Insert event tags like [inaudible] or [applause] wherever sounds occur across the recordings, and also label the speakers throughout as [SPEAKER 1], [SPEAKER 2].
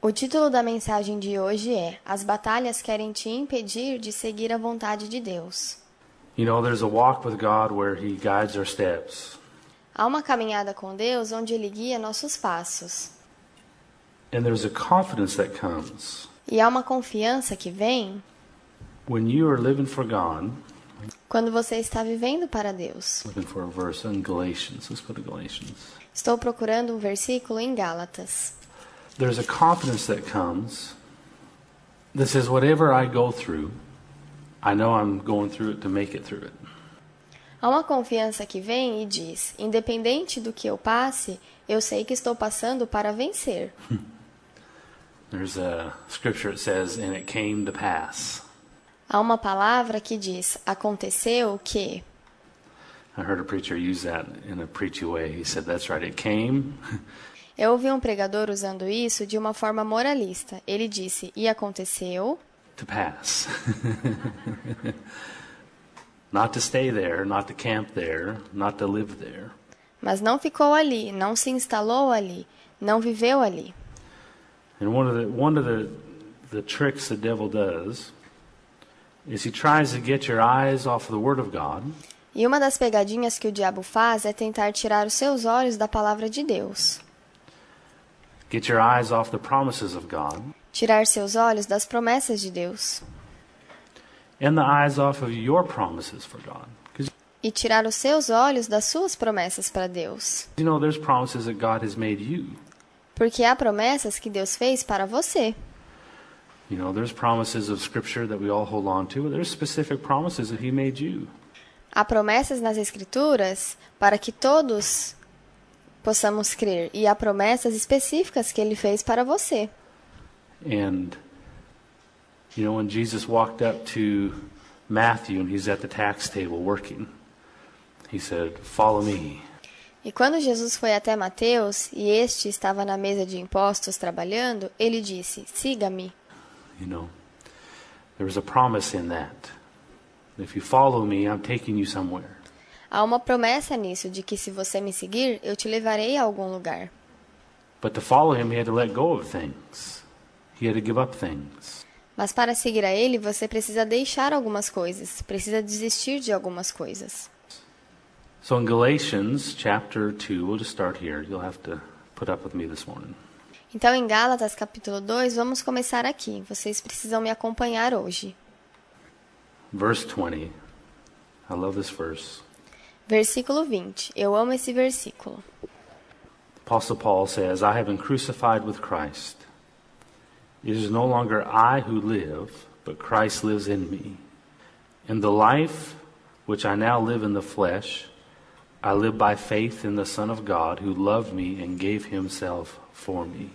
[SPEAKER 1] O título da mensagem de hoje é As batalhas querem te impedir de seguir a vontade de Deus.
[SPEAKER 2] You know, there's a walk with God where He guides our steps.
[SPEAKER 1] Há uma caminhada com Deus onde Ele guia nossos passos.
[SPEAKER 2] And there's a confidence that comes
[SPEAKER 1] E há uma confiança que vem
[SPEAKER 2] when you are living for God.
[SPEAKER 1] quando você está vivendo para Deus.
[SPEAKER 2] Looking for a verse in Galatians. Let's go to Galatians.
[SPEAKER 1] Estou procurando um versículo em Gálatas.
[SPEAKER 2] There's a confidence that comes that says, whatever I go through, I know I'm going through it to make it through it.
[SPEAKER 1] Há uma confiança que vem e diz: independente do que eu passe, eu sei que estou passando para vencer.
[SPEAKER 2] There's a scripture that says, and it came to pass.
[SPEAKER 1] Há uma palavra que diz: aconteceu que.
[SPEAKER 2] I heard a preacher use that in a preachy way. He said, that's right, it came
[SPEAKER 1] Eu ouvi um pregador usando isso de uma forma moralista. Ele disse: e aconteceu
[SPEAKER 2] to pass. [laughs] not to stay there, not to camp there, not to live there.
[SPEAKER 1] Mas não ficou ali, não se instalou ali, não viveu ali.
[SPEAKER 2] And one of the one of the the tricks the devil does is he tries to get your eyes off of the word of God
[SPEAKER 1] E uma das pegadinhas que o diabo faz é tentar tirar os seus olhos da palavra de Deus,
[SPEAKER 2] get your eyes off the promises of God
[SPEAKER 1] tirar seus olhos das promessas de Deus
[SPEAKER 2] and the eyes off of your promises for God. Because
[SPEAKER 1] e tirar os seus olhos das suas promessas para Deus,
[SPEAKER 2] you know there's promises that God has made you.
[SPEAKER 1] porque há promessas que Deus fez para você.
[SPEAKER 2] You know, there's promises of scripture that we all hold on to, but there's specific promises that he made you.
[SPEAKER 1] Há promessas nas Escrituras para que todos possamos crer, e há promessas específicas que ele fez para você.
[SPEAKER 2] And you know, when Jesus walked up to Matthew and he's at the tax table working, he said, Follow me.
[SPEAKER 1] E quando Jesus foi até Mateus, e este estava na mesa de impostos trabalhando, ele disse: Siga-me.
[SPEAKER 2] You know, there was a promise in that. If you follow me, I'm taking you somewhere.
[SPEAKER 1] Há uma promessa nisso de que se você me seguir, eu te levarei a algum lugar.
[SPEAKER 2] But to follow him, he had to let go of things, he had to give up things.
[SPEAKER 1] Mas para seguir a ele, você precisa deixar algumas coisas, precisa desistir de algumas coisas.
[SPEAKER 2] So in Galatians chapter 2, we'll just start here. You'll have to put up with me this morning.
[SPEAKER 1] Então, em Gálatas capítulo 2, vamos começar aqui. Vocês precisam me acompanhar hoje.
[SPEAKER 2] Verse 20. I love this verse.
[SPEAKER 1] Versículo 20. Eu amo esse versículo.
[SPEAKER 2] Apostle Paul says, I have been crucified with Christ. It is no longer I who live, but Christ lives in me. And the life which I now live in the flesh, I live by faith in the Son of God who loved me and gave himself for me.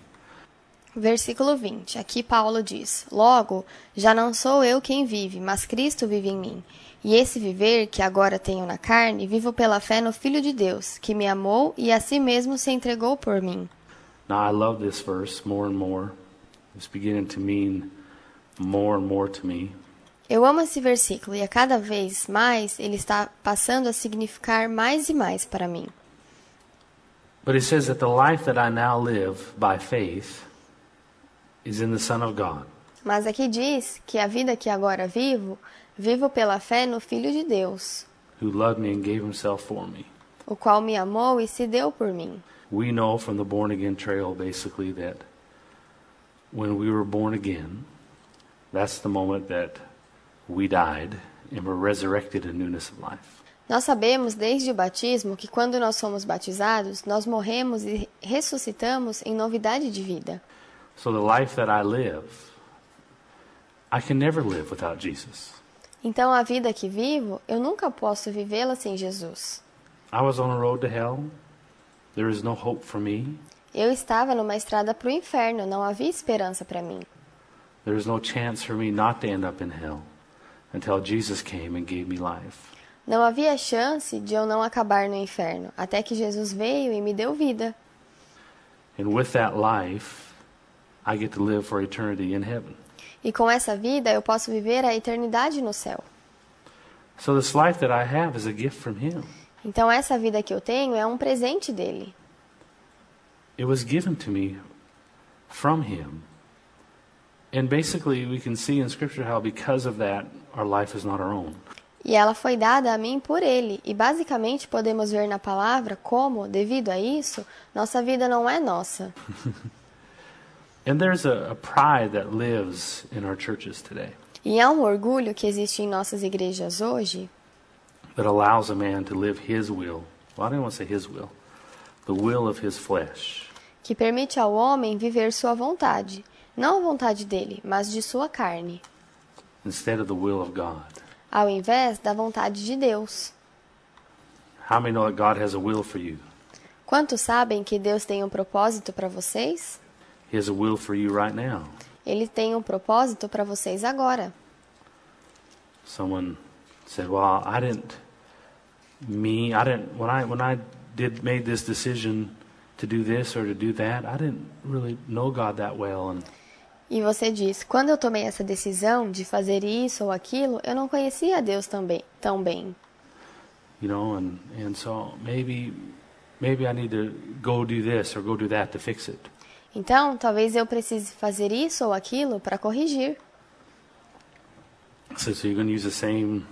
[SPEAKER 1] Versículo 20. Aqui Paulo diz: Logo, já não sou eu quem vive, mas Cristo vive em mim. E esse viver que agora tenho na carne, vivo pela fé no Filho de Deus, que me amou e a si mesmo se entregou por mim.
[SPEAKER 2] Now I love this verse more and more. It's beginning to mean more and more to me.
[SPEAKER 1] Eu amo esse versículo e a cada vez mais ele está passando a significar mais e mais para mim.
[SPEAKER 2] But it says that the life that I now live by faith is in the Son of God.
[SPEAKER 1] Mas aqui diz que a vida que agora vivo, vivo pela fé no Filho de Deus,
[SPEAKER 2] who loved me and gave himself for me.
[SPEAKER 1] o qual me amou e se deu por mim.
[SPEAKER 2] We know from the born again trail basically that when we were born again, that's the moment that we died and were resurrected in newness of life.
[SPEAKER 1] Nós sabemos desde o batismo que quando nós somos batizados, nós morremos e ressuscitamos em novidade de vida.
[SPEAKER 2] So the life that I live, I can never live without Jesus.
[SPEAKER 1] Então a vida que vivo, eu nunca posso vivê-la sem Jesus.
[SPEAKER 2] I was on a road to hell. There is no hope for me.
[SPEAKER 1] Eu estava numa estrada para o inferno, não havia esperança para mim.
[SPEAKER 2] There is no chance for me not to end up in hell until Jesus came and gave me life.
[SPEAKER 1] Não havia chance de eu não acabar no inferno, até que Jesus veio e me deu vida.
[SPEAKER 2] And with that life, I get to live for eternity in heaven.
[SPEAKER 1] E com essa vida eu posso viver a eternidade no céu.
[SPEAKER 2] So this life that I have is a gift from him.
[SPEAKER 1] Então essa vida que eu tenho é um presente dele.
[SPEAKER 2] It was given to me from him And basically, we can see in Scripture how because of that, our life is not our own.
[SPEAKER 1] E ela foi dada a mim por ele, e basicamente podemos ver na palavra como, devido a isso, nossa vida não é nossa.
[SPEAKER 2] And there's a, a pride that lives in our churches today
[SPEAKER 1] E há um orgulho que existe em nossas igrejas hoje
[SPEAKER 2] that allows a man to live his will. Well, I don't want to say his will, the will of his flesh.
[SPEAKER 1] que permite ao homem viver sua vontade, não a vontade dele, mas de sua carne,
[SPEAKER 2] instead of the will of God.
[SPEAKER 1] ao invés da vontade de Deus.
[SPEAKER 2] How many know that God has a will for you?
[SPEAKER 1] Quantos sabem que Deus tem um propósito para vocês?
[SPEAKER 2] He has a will for you right now.
[SPEAKER 1] Ele tem um propósito para vocês agora.
[SPEAKER 2] Someone said, "Well, I didn't me, I didn't when I when I did made this decision to do this or to do that, I didn't really know God that well and
[SPEAKER 1] E você diz: quando eu tomei essa decisão de fazer isso ou aquilo, eu não conhecia a Deus também, tão bem.
[SPEAKER 2] you know and and so maybe maybe I need to go do this or go do that to fix it."
[SPEAKER 1] Então, talvez eu precise fazer isso ou aquilo para corrigir.
[SPEAKER 2] So, so you're going to use the same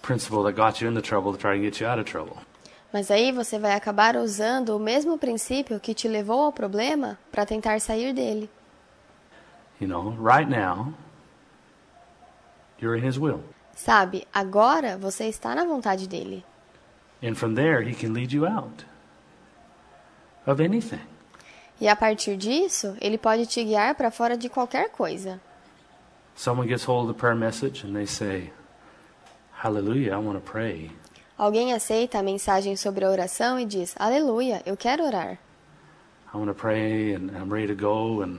[SPEAKER 2] principle that got you into trouble to try to get you out of trouble.
[SPEAKER 1] Mas aí você vai acabar usando o mesmo princípio que te levou ao problema para tentar sair dele.
[SPEAKER 2] You know, right now you're in his will.
[SPEAKER 1] Sabe, agora você está na vontade dele.
[SPEAKER 2] And from there, he can lead you out of anything.
[SPEAKER 1] E a partir disso, ele pode te guiar para fora de qualquer coisa.
[SPEAKER 2] Someone gets hold of the prayer message and they say, Hallelujah, I want to pray.
[SPEAKER 1] Alguém aceita a mensagem sobre a oração e diz: Aleluia, eu quero orar.
[SPEAKER 2] I want to pray and I'm ready to go. And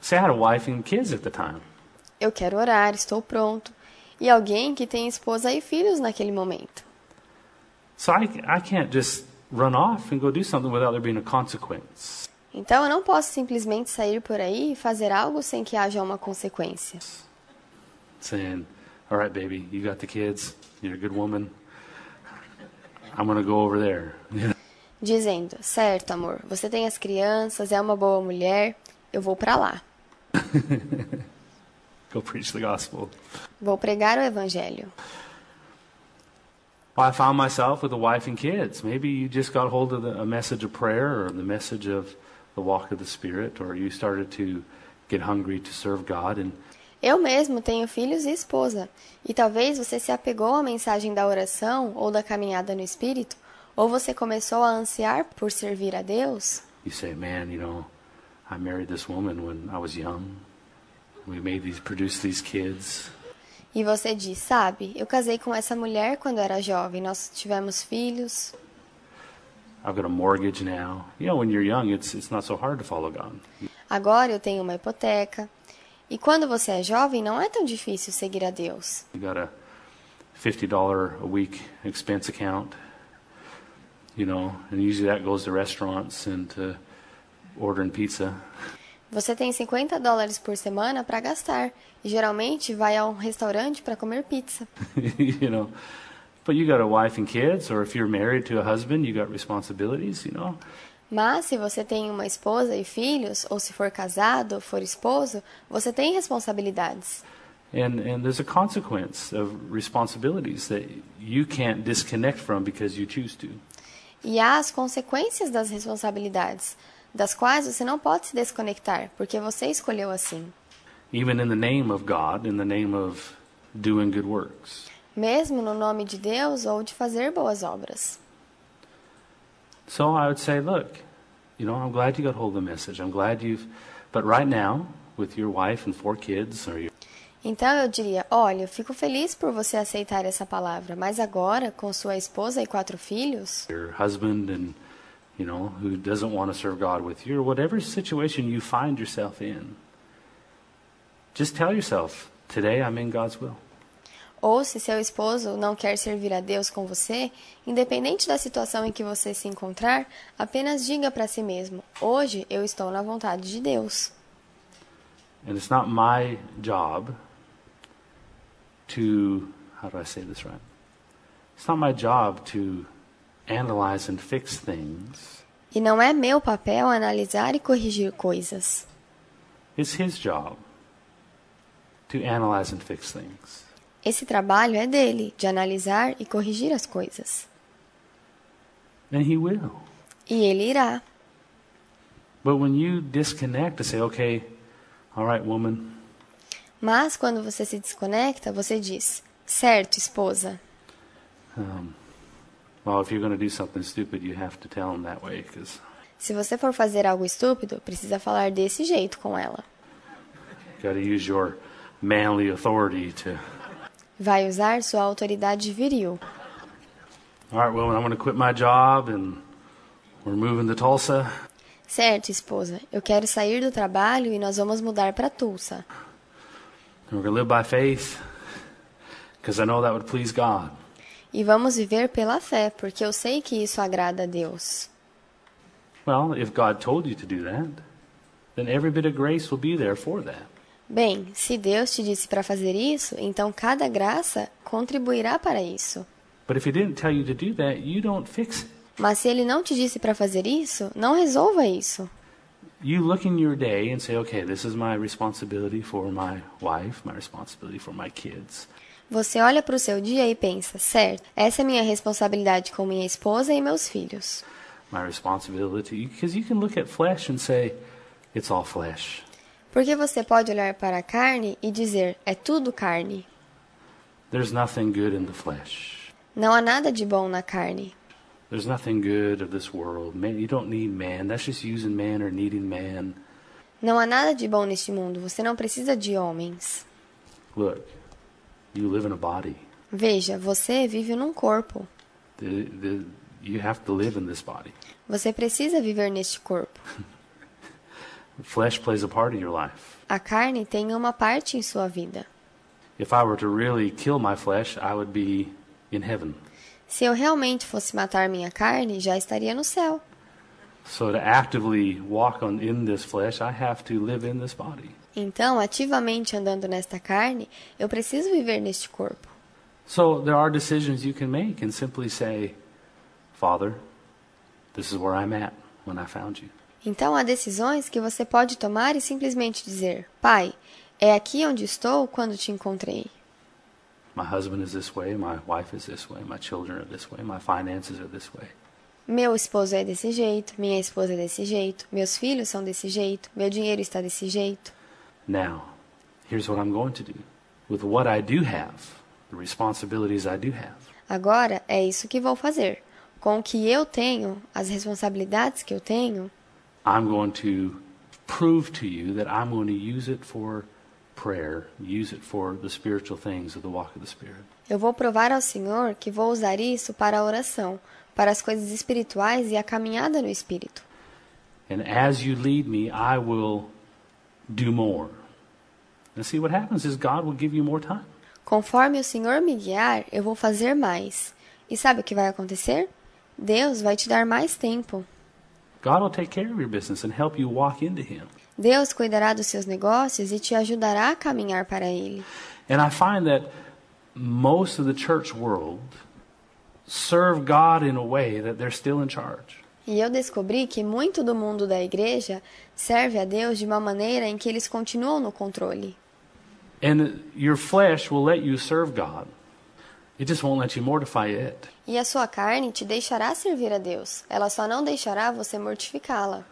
[SPEAKER 2] say, I had a wife and kids at the time.
[SPEAKER 1] Eu quero orar, estou pronto. E alguém que tem esposa e filhos naquele momento.
[SPEAKER 2] So I, I can't just run off and go do something without there being a consequence.
[SPEAKER 1] Então eu não posso simplesmente sair por aí e fazer algo sem que haja uma consequência.
[SPEAKER 2] Saying, All right, baby, you got the kids. You're a good woman. I'm going to go over there. [laughs]
[SPEAKER 1] Dizendo: Certo, amor, você tem as crianças, é uma boa mulher, eu vou para lá.
[SPEAKER 2] go preach the gospel.
[SPEAKER 1] Vou pregar o evangelho.
[SPEAKER 2] Well, I found myself with a wife and kids. Maybe you just got hold of the, a message of prayer or the message of the walk of the Spirit, or you started to get hungry to serve God. And
[SPEAKER 1] Eu mesmo tenho filhos e esposa, e talvez você se apegou à mensagem da oração ou da caminhada no espírito, ou você começou a ansiar por servir a Deus.
[SPEAKER 2] you say, man, you know, I married this woman when I was young. We made these, produced these kids.
[SPEAKER 1] E você diz, sabe, eu casei com essa mulher quando era jovem, nós tivemos filhos,
[SPEAKER 2] I've got a mortgage now. You know, when you're young, it's, it's not so hard to follow God.
[SPEAKER 1] agora eu tenho uma hipoteca. E quando você é jovem, não é tão difícil seguir a Deus.
[SPEAKER 2] You got a $50 a week expense account, you know, and usually that goes to restaurants and to ordering pizza.
[SPEAKER 1] Você tem 50 dólares por semana para gastar, e geralmente vai a um restaurante para comer pizza.
[SPEAKER 2] [laughs] you know. But you got a wife and kids, or if you're married to a husband, you got responsibilities, you know.
[SPEAKER 1] Mas se você tem uma esposa e filhos, ou se for casado, for esposo, você tem responsabilidades.
[SPEAKER 2] And and there's a consequence of responsibilities that you can't disconnect from because you choose to.
[SPEAKER 1] E há as consequências das responsabilidades, das quais você não pode se desconectar, porque você escolheu assim.
[SPEAKER 2] Even in the name of God, in the name of doing good works.
[SPEAKER 1] Mesmo no nome de Deus ou de fazer boas obras.
[SPEAKER 2] So I would say, look, you know, I'm glad you got hold of the message. I'm glad you've but right now, with your wife and four kids or your
[SPEAKER 1] Então eu diria: olha, eu fico feliz por você aceitar essa palavra, mas agora, com sua esposa e quatro filhos,
[SPEAKER 2] your husband and you know who doesn't want to serve God with you or whatever situation you find yourself in just tell yourself today I'm in God's will
[SPEAKER 1] Ou se seu esposo não quer servir a Deus com você, independente da situação em que você se encontrar, apenas diga para si mesmo: hoje eu estou na vontade de Deus.
[SPEAKER 2] and it's not my job to how do I say this right it's not my job to analyze and fix things
[SPEAKER 1] E não é meu papel analisar e corrigir coisas.
[SPEAKER 2] it's his job to analyze and fix things.
[SPEAKER 1] Esse trabalho é dele, de analisar e corrigir as coisas.
[SPEAKER 2] And He will.
[SPEAKER 1] E ele irá.
[SPEAKER 2] But when you disconnect and say, okay, all right, woman,
[SPEAKER 1] Mas quando você se desconecta, você diz: Certo, esposa.
[SPEAKER 2] um, well, if you're going to do something stupid, you have to tell them that way because
[SPEAKER 1] Se você for fazer algo estúpido, precisa falar desse jeito com ela.
[SPEAKER 2] you got to use your manly authority to,
[SPEAKER 1] Vai usar sua autoridade viril.
[SPEAKER 2] all right, woman, I'm going to quit my job and we're moving to Tulsa.
[SPEAKER 1] Certo, esposa. Eu quero sair do trabalho e nós vamos mudar para Tulsa.
[SPEAKER 2] And we're going to live by faith because I know that would please God.
[SPEAKER 1] E vamos viver pela fé, porque eu sei que isso agrada a Deus.
[SPEAKER 2] Well, if God told you to do that, then every bit of grace will be there for that.
[SPEAKER 1] Bem, se Deus te disse para fazer isso, então cada graça contribuirá para isso.
[SPEAKER 2] But if He didn't tell you to do that, you don't fix it.
[SPEAKER 1] Mas se ele não te disse para fazer isso, não resolva isso.
[SPEAKER 2] You look in your day and say, okay, this is my responsibility for my wife, my responsibility for my kids.
[SPEAKER 1] Você olha para o seu dia e pensa, certo, essa é minha responsabilidade com minha esposa e meus filhos.
[SPEAKER 2] my responsibility because you can look at flesh and say it's all flesh
[SPEAKER 1] Porque você pode olhar para a carne e dizer, é tudo carne.
[SPEAKER 2] there's nothing good in the flesh
[SPEAKER 1] Não há nada de bom na carne.
[SPEAKER 2] there's nothing good of this world man you don't need man that's just using man or needing man
[SPEAKER 1] Não há nada de bom neste mundo, você não precisa de homens.
[SPEAKER 2] look you live in a body
[SPEAKER 1] Veja, você vive num corpo.
[SPEAKER 2] the, the, you have to live in this body
[SPEAKER 1] Você precisa viver neste corpo.
[SPEAKER 2] flesh plays a part in your life
[SPEAKER 1] A carne tem uma parte em sua vida.
[SPEAKER 2] if i were to really kill my flesh i would be in heaven
[SPEAKER 1] Se eu realmente fosse matar minha carne, já estaria no céu.
[SPEAKER 2] so to actively walk on in this flesh i have to live in this body
[SPEAKER 1] Então, ativamente andando nesta carne, eu preciso viver neste corpo.
[SPEAKER 2] So there are decisions you can make and simply say, Father, this is where I'm at when I found you.
[SPEAKER 1] Então, há decisões que você pode tomar e simplesmente dizer: Pai, é aqui onde estou quando te encontrei.
[SPEAKER 2] My husband is this way, my wife is this way, my children are this way, my finances are this way.
[SPEAKER 1] Meu esposo é desse jeito, minha esposa é desse jeito, meus filhos são desse jeito, meu dinheiro está desse jeito.
[SPEAKER 2] Now, here's what I'm going to do. With what I do have, the responsibilities I do have,
[SPEAKER 1] Agora é isso que vou fazer. Com o que eu tenho, as responsabilidades que eu tenho,
[SPEAKER 2] I'm going to prove to you that I'm going to use it for prayer, use it for the spiritual things of the walk of the Spirit.
[SPEAKER 1] eu vou provar ao Senhor que vou usar isso para a oração, para as coisas espirituais e a caminhada no espírito.
[SPEAKER 2] And as you lead me, I will do more. And see, what happens is God will give you more time.
[SPEAKER 1] Conforme o Senhor me guiar, eu vou fazer mais. E sabe o que vai acontecer? Deus vai te dar mais tempo.
[SPEAKER 2] God will take care of your business and help you walk into Him.
[SPEAKER 1] Deus cuidará dos seus negócios e te ajudará a caminhar para Ele.
[SPEAKER 2] And I find that most of the church world serve God in a way that they're still in charge.
[SPEAKER 1] E eu descobri que muito do mundo da igreja serve a Deus de uma maneira em que eles continuam no controle.
[SPEAKER 2] And your flesh will let you serve God, it just won't let you mortify it.
[SPEAKER 1] E a sua carne te deixará servir a Deus, ela só não deixará você mortificá-la.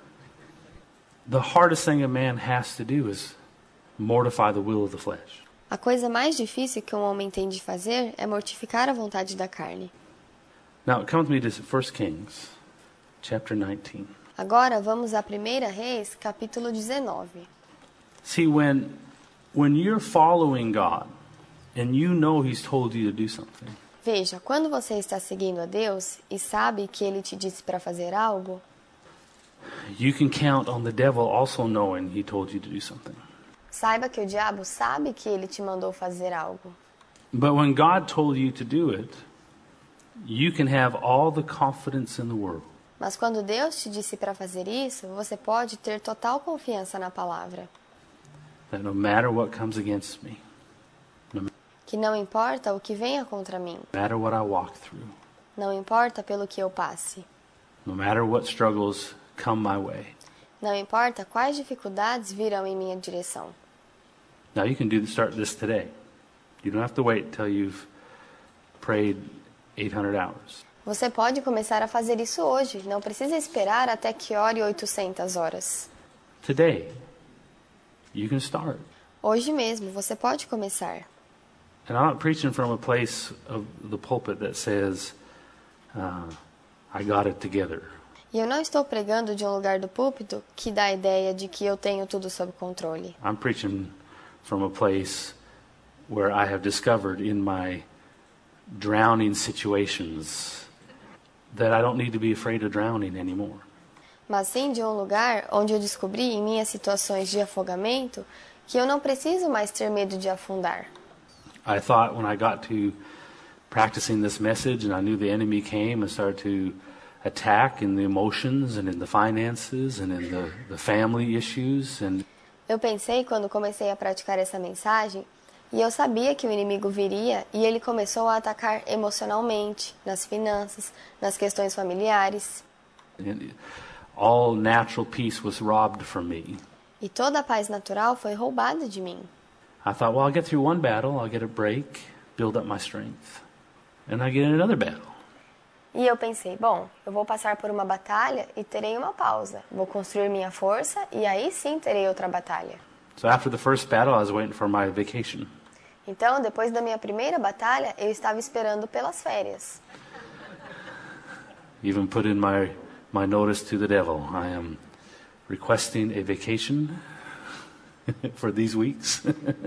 [SPEAKER 2] The hardest thing a man has to do is mortify the will of the flesh.
[SPEAKER 1] A coisa mais difícil que um homem tem de fazer é mortificar a vontade da carne.
[SPEAKER 2] Now, come with me to 1 Kings chapter 19.
[SPEAKER 1] Agora vamos à primeira Reis, capítulo 19.
[SPEAKER 2] See, when when you're following God and you know He's told you to do something,
[SPEAKER 1] Veja, quando você está seguindo a Deus e sabe que ele te disse para fazer algo,
[SPEAKER 2] you can count on the devil also knowing He told you to do something.
[SPEAKER 1] saiba que o diabo sabe que ele te mandou fazer algo.
[SPEAKER 2] But when God told you to do it, you can have all the confidence in the world.
[SPEAKER 1] Mas quando Deus te disse para fazer isso, você pode ter total confiança na palavra,
[SPEAKER 2] That no matter what comes against me,
[SPEAKER 1] que não importa o que venha contra mim,
[SPEAKER 2] no matter what I walk through,
[SPEAKER 1] não importa pelo que eu passe,
[SPEAKER 2] no matter what struggles come my way,
[SPEAKER 1] não importa quais dificuldades virão em minha direção.
[SPEAKER 2] Now you can do start this today. You don't have to wait till you've prayed 800 hours.
[SPEAKER 1] Você pode começar a fazer isso hoje, não precisa esperar até que ore 800 horas.
[SPEAKER 2] Today, you can start.
[SPEAKER 1] Hoje mesmo você pode começar.
[SPEAKER 2] And I'm not preaching from a place of the pulpit that says, uh, I got it together.
[SPEAKER 1] E eu não estou pregando de um lugar do púlpito que dá a ideia de que eu tenho tudo sob controle.
[SPEAKER 2] I'm preaching from a place where I have discovered in my drowning situations that I don't need to be afraid of drowning anymore.
[SPEAKER 1] Mas sim de um lugar onde eu descobri em minhas situações de afogamento que eu não preciso mais ter medo de afundar.
[SPEAKER 2] I thought when I got to practicing this message and I knew the enemy came and started to attack in the emotions and in the finances and in the, the family issues and
[SPEAKER 1] Eu pensei quando comecei a praticar essa mensagem, e eu sabia que o inimigo viria, e ele começou a atacar emocionalmente, nas finanças, nas questões familiares,
[SPEAKER 2] and all natural peace was robbed from me.
[SPEAKER 1] e toda a paz natural foi roubada de mim.
[SPEAKER 2] I thought, well, I'll get through one battle, I'll get a break, build up my strength, and I get in another battle.
[SPEAKER 1] E eu pensei, bom, eu vou passar por uma batalha e terei uma pausa. Vou construir minha força e aí sim terei outra batalha.
[SPEAKER 2] So after the first battle, I was waiting for my vacation.
[SPEAKER 1] Então, depois da minha primeira batalha, eu estava esperando pelas férias.
[SPEAKER 2] Even put in my my notice to the devil. I am requesting a vacation [laughs] for these weeks.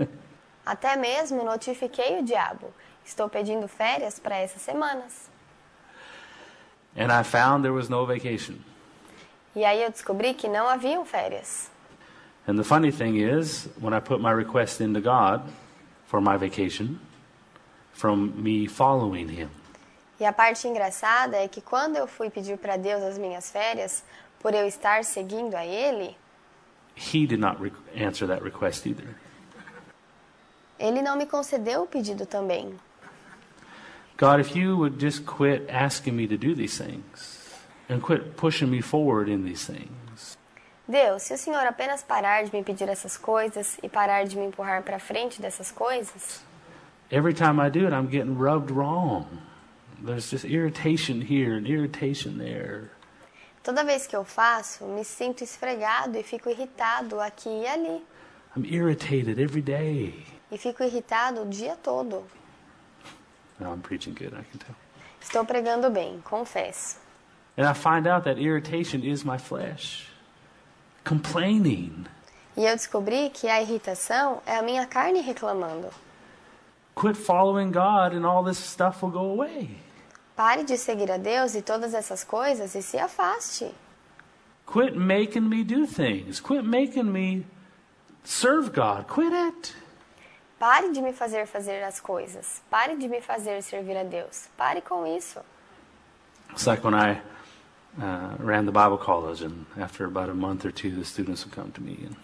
[SPEAKER 2] [laughs]
[SPEAKER 1] Até mesmo notifiquei o diabo. Estou pedindo férias para essas semanas.
[SPEAKER 2] and I found there was no vacation.
[SPEAKER 1] E aí eu descobri que não haviam férias.
[SPEAKER 2] And the funny thing is, when I put my request into God for my vacation, from me following him,
[SPEAKER 1] E a parte engraçada é que quando eu fui pedir para Deus as minhas férias, por eu estar seguindo a Ele,
[SPEAKER 2] he did not re- answer that request either.
[SPEAKER 1] Ele não me concedeu o pedido também.
[SPEAKER 2] God, if you would just quit asking me to do these things and quit pushing me forward in these things,
[SPEAKER 1] Deus, se o Senhor apenas parar de me pedir essas coisas e parar de me empurrar para frente dessas coisas,
[SPEAKER 2] every time I do it, I'm getting rubbed wrong. There's just irritation here and irritation there.
[SPEAKER 1] toda vez que eu faço, me sinto esfregado e fico irritado aqui e ali.
[SPEAKER 2] I'm irritated every day.
[SPEAKER 1] E fico irritado o dia todo.
[SPEAKER 2] Now I'm preaching good, I can tell.
[SPEAKER 1] Estou pregando bem, confesso.
[SPEAKER 2] And I find out that irritation is my flesh. Complaining.
[SPEAKER 1] E eu descobri que a irritação é a minha carne reclamando.
[SPEAKER 2] Quit following God and all this stuff will go away.
[SPEAKER 1] Pare de seguir a Deus e todas essas coisas e se afaste.
[SPEAKER 2] Quit making me do things. Quit making me serve God. Quit it.
[SPEAKER 1] Pare de me fazer fazer as coisas. Pare de me fazer servir a Deus. Pare com isso.
[SPEAKER 2] It's like when I uh, ran the Bible college, and after about a month or two, the students would come to me and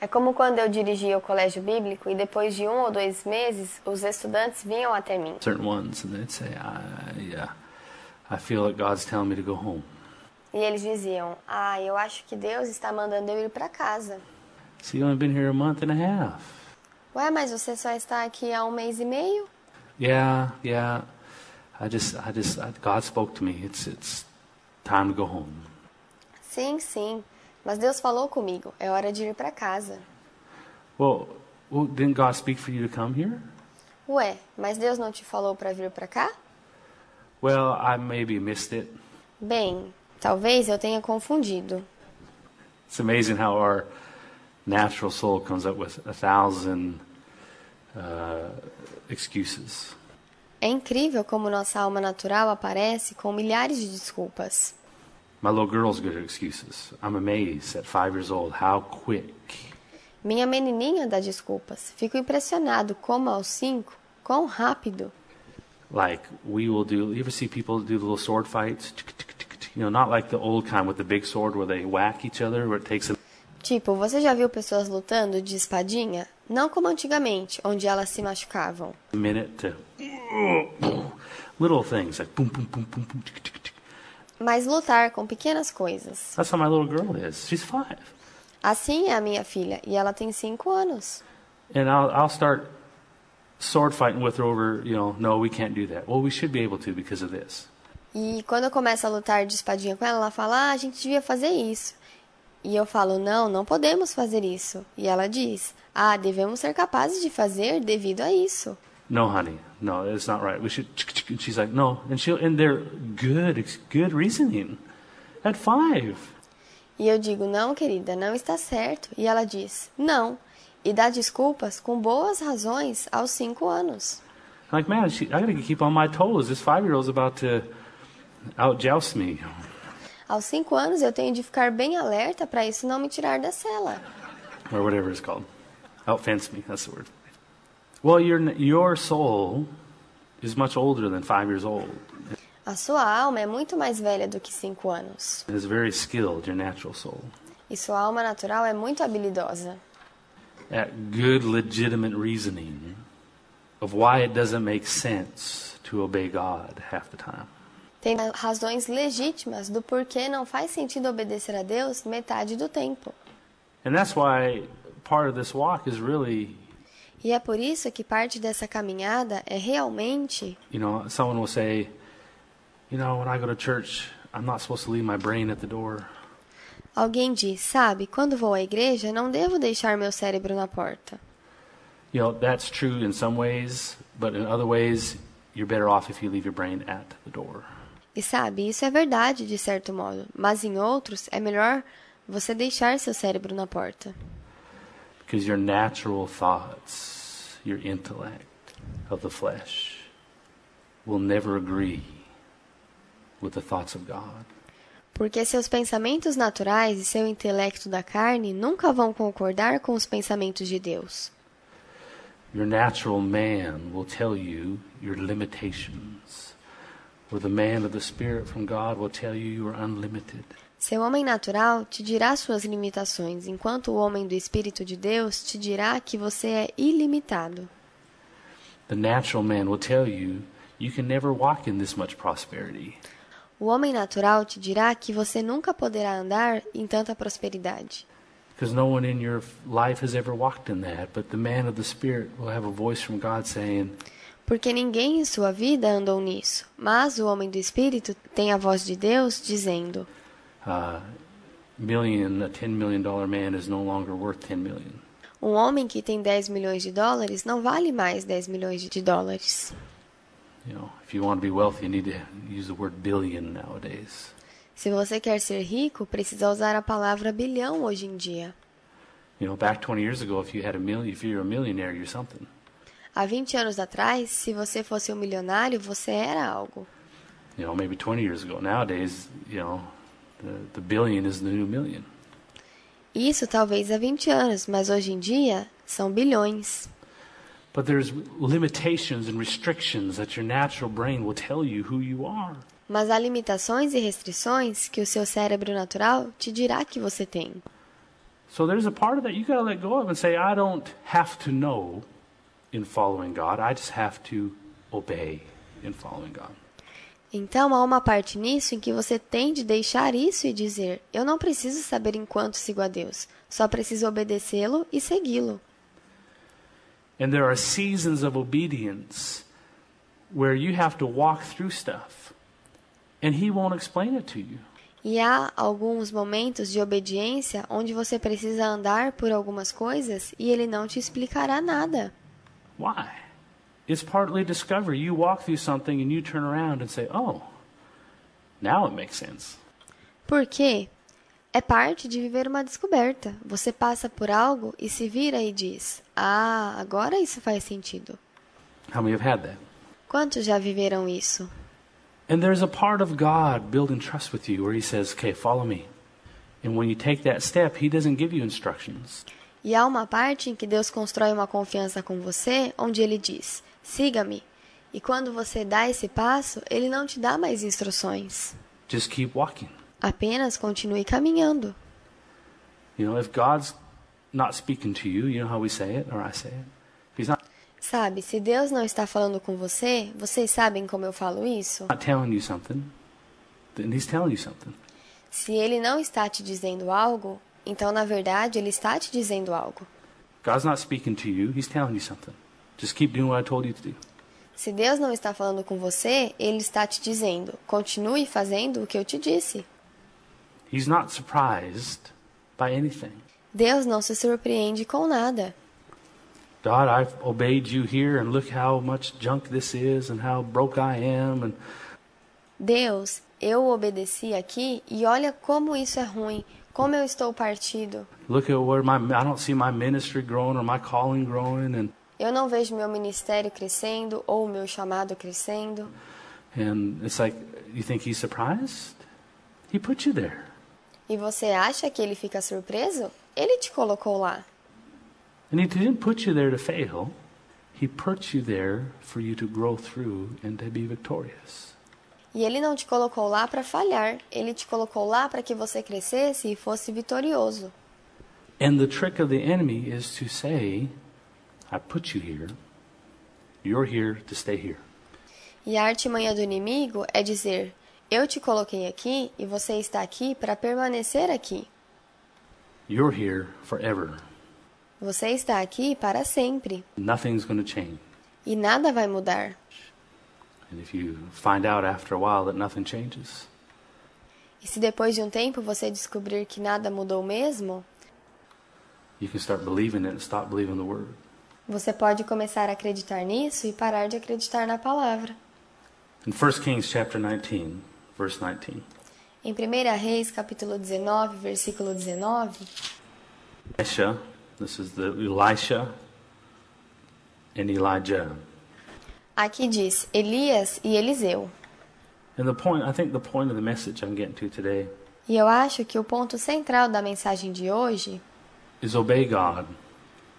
[SPEAKER 1] É como quando eu dirigia o colégio bíblico e depois de um ou dois meses os estudantes vinham até mim.
[SPEAKER 2] certain ones, and they'd say, I, uh, I feel like God's telling me to go home.
[SPEAKER 1] E eles diziam: Ah, eu acho que Deus está mandando eu ir para casa.
[SPEAKER 2] So you only been here a month and a half.
[SPEAKER 1] Ué, mas você só está aqui há um mês e meio?
[SPEAKER 2] Yeah, yeah. I just, I just, I, God spoke to me. It's, it's time to go home.
[SPEAKER 1] Sim, sim. Mas Deus falou comigo: é hora de ir para casa.
[SPEAKER 2] Well, well, didn't God speak for you to come here?
[SPEAKER 1] Ué, mas Deus não te falou para vir para cá?
[SPEAKER 2] Well, I maybe missed it.
[SPEAKER 1] Bem, talvez eu tenha confundido.
[SPEAKER 2] It's amazing how our natural soul comes up with a thousand uh, excuses.
[SPEAKER 1] É incrível como nossa alma natural aparece com milhares de desculpas.
[SPEAKER 2] My little girl's good at excuses. I'm amazed at five years old how quick
[SPEAKER 1] Minha menininha dá desculpas. Fico impressionado como aos cinco, quão rápido.
[SPEAKER 2] like we will do you ever see people do the little sword fights you know not like the old kind with the big sword where they whack each other where it takes them
[SPEAKER 1] Tipo, você já viu pessoas lutando de espadinha? Não como antigamente, onde elas se machucavam.
[SPEAKER 2] a minute to little things like boom boom boom boom boom tick, tick, tick.
[SPEAKER 1] Mas lutar com pequenas coisas.
[SPEAKER 2] that's how my little girl is she's five
[SPEAKER 1] Assim é a minha filha, e ela tem cinco anos.
[SPEAKER 2] And I'll, I'll start sword fighting with her over, you know, no, we can't do that. Well, we should be able to because of this.
[SPEAKER 1] E quando eu começo a lutar de espadinha com ela, ela fala: ah, a gente devia fazer isso. E eu falo: não, não podemos fazer isso. E ela diz: ah, devemos ser capazes de fazer devido a isso.
[SPEAKER 2] No, honey, no, it's not right. We should. And she's like, no, and she will and they're good, ex- good reasoning. At five,
[SPEAKER 1] E eu digo: não, querida, não está certo. E ela diz: não. E dá desculpas com boas razões aos cinco anos.
[SPEAKER 2] I'm like, man, she, I gotta keep on my toes. This five-year-old's about to out joust me.
[SPEAKER 1] Aos cinco anos eu tenho de ficar bem alerta para isso não me tirar da cela.
[SPEAKER 2] or whatever it's called. Outfence me, that's the word. Well, your, your soul is much older than five years old.
[SPEAKER 1] A sua alma é muito mais velha do que cinco anos.
[SPEAKER 2] It is very skilled, your natural soul,
[SPEAKER 1] E sua alma natural é muito habilidosa.
[SPEAKER 2] at good, legitimate reasoning of why it doesn't make sense to obey God half the time.
[SPEAKER 1] Tem razões legítimas do porquê não faz sentido obedecer a Deus metade do tempo.
[SPEAKER 2] And that's why part of this walk is really,
[SPEAKER 1] E é por isso que parte dessa caminhada é realmente.
[SPEAKER 2] you know, someone will say, you know, when I go to church, I'm not supposed to leave my brain at the door.
[SPEAKER 1] Alguém diz, sabe, quando vou à igreja não devo deixar meu cérebro na porta.
[SPEAKER 2] You know, that's true in some ways, but in other ways, you're better off if you leave your brain at the door.
[SPEAKER 1] E sabe, isso é verdade de certo modo, mas em outros é melhor você deixar seu cérebro na porta.
[SPEAKER 2] Because your natural thoughts, your intellect of the flesh, will never agree with the thoughts of God.
[SPEAKER 1] Porque seus pensamentos naturais e seu intelecto da carne nunca vão concordar com os pensamentos de Deus.
[SPEAKER 2] Your natural man will tell you your limitations, or the man of the Spirit from God will tell you you are unlimited.
[SPEAKER 1] Seu homem natural te dirá suas limitações, enquanto o homem do Espírito de Deus te dirá que você é ilimitado.
[SPEAKER 2] The natural man will tell you you can never walk in this much prosperity.
[SPEAKER 1] O homem natural te dirá que você nunca poderá andar em tanta prosperidade.
[SPEAKER 2] Because no one in your f- life has ever walked in that, but the man of the Spirit will have a voice from God saying,
[SPEAKER 1] Porque ninguém em sua vida andou nisso, mas o homem do Espírito tem a voz de Deus dizendo:
[SPEAKER 2] uh, million, a $10 million man is no longer worth $10 million.
[SPEAKER 1] Um homem que tem 10 milhões de dólares não vale mais 10 milhões de dólares.
[SPEAKER 2] You know, if you want to be wealthy, you need to use the word billion nowadays.
[SPEAKER 1] Se você quer ser rico, precisa usar a palavra bilhão hoje em dia.
[SPEAKER 2] You know, back 20 years ago, if you had a million, if you were a millionaire, you're something.
[SPEAKER 1] Há 20 anos atrás, se você fosse um milionário, você era algo.
[SPEAKER 2] You know, maybe 20 years ago. Nowadays, you know, the, the billion is the new million.
[SPEAKER 1] Isso talvez há 20 anos, mas hoje em dia são bilhões.
[SPEAKER 2] But there's limitations and restrictions that your natural brain will tell you who you are.
[SPEAKER 1] Mas há limitações e restrições que o seu cérebro natural te dirá que você tem.
[SPEAKER 2] So there's a part of that you got to let go of and say, I don't have to know in following God. I just have to obey in following God.
[SPEAKER 1] Então há uma parte nisso em que você tem de deixar isso e dizer: Eu não preciso saber enquanto sigo a Deus, só preciso obedecê-lo e segui-lo.
[SPEAKER 2] And there are seasons of obedience where you have to walk through stuff, and He won't explain it to you.
[SPEAKER 1] E há alguns momentos de obediência onde você precisa andar por algumas coisas e ele não te explicará nada.
[SPEAKER 2] Why? It's partly discovery. You walk through something and you turn around and say, Oh, now it makes sense.
[SPEAKER 1] Por quê? É parte de viver uma descoberta. Você passa por algo e se vira e diz: Ah, agora isso faz sentido.
[SPEAKER 2] How many have had that?
[SPEAKER 1] Quantos já viveram isso?
[SPEAKER 2] And there's a part of God building trust with you where He says, Okay, follow me. And when you take that step, He doesn't give you instructions.
[SPEAKER 1] E há uma parte em que Deus constrói uma confiança com você, onde ele diz: Siga-me. E quando você dá esse passo, ele não te dá mais instruções.
[SPEAKER 2] Just keep walking.
[SPEAKER 1] Apenas continue caminhando.
[SPEAKER 2] You know, if God's not speaking to you, you know how we say it, or I say it. If He's not,
[SPEAKER 1] Sabe, se Deus não está falando com você, vocês sabem como eu falo isso?
[SPEAKER 2] not telling you something, then He's telling you something.
[SPEAKER 1] Se ele não está te dizendo algo, então na verdade ele está te dizendo algo.
[SPEAKER 2] God's not speaking to you, He's telling you something. Just keep doing what I told you to do.
[SPEAKER 1] Se Deus não está falando com você, ele está te dizendo: continue fazendo o que eu te disse.
[SPEAKER 2] He's not surprised by anything.
[SPEAKER 1] Deus não se surpreende com nada.
[SPEAKER 2] God, I've obeyed you here, and look how much junk this is, and how broke I am. And
[SPEAKER 1] Deus, eu obedeci aqui e olha como isso é ruim, como eu estou partido.
[SPEAKER 2] look at where my, I don't see my ministry growing or my calling growing. And,
[SPEAKER 1] Eu não vejo meu ministério crescendo ou meu chamado crescendo.
[SPEAKER 2] and it's like, you think He's surprised? He put you there.
[SPEAKER 1] E você acha que ele fica surpreso? Ele te colocou lá.
[SPEAKER 2] And He didn't put you there to fail, He put you there for you to grow through and to be victorious.
[SPEAKER 1] E ele não te colocou lá para falhar, ele te colocou lá para que você crescesse e fosse vitorioso.
[SPEAKER 2] And the trick of the enemy is to say, I put you here. You're here to stay here.
[SPEAKER 1] E a artimanha do inimigo é dizer: Eu te coloquei aqui e você está aqui para permanecer aqui.
[SPEAKER 2] You're here forever.
[SPEAKER 1] Você está aqui para sempre
[SPEAKER 2] Nothing's going to change.
[SPEAKER 1] e nada vai mudar.
[SPEAKER 2] And if you find out after a while that nothing changes,
[SPEAKER 1] E se depois de um tempo você descobrir que nada mudou mesmo,
[SPEAKER 2] you can start believing it and stop believing the word.
[SPEAKER 1] você pode começar a acreditar nisso e parar de acreditar na palavra.
[SPEAKER 2] In 1 Kings chapter 19, verse 19,
[SPEAKER 1] Em 1 Reis, capítulo 19, versículo 19,
[SPEAKER 2] Elisha, this is the Elisha and Elijah.
[SPEAKER 1] aqui diz Elias e Eliseu.
[SPEAKER 2] And the point, I think the point of the message I'm getting to today
[SPEAKER 1] E eu acho que o ponto central da mensagem de hoje
[SPEAKER 2] is obey God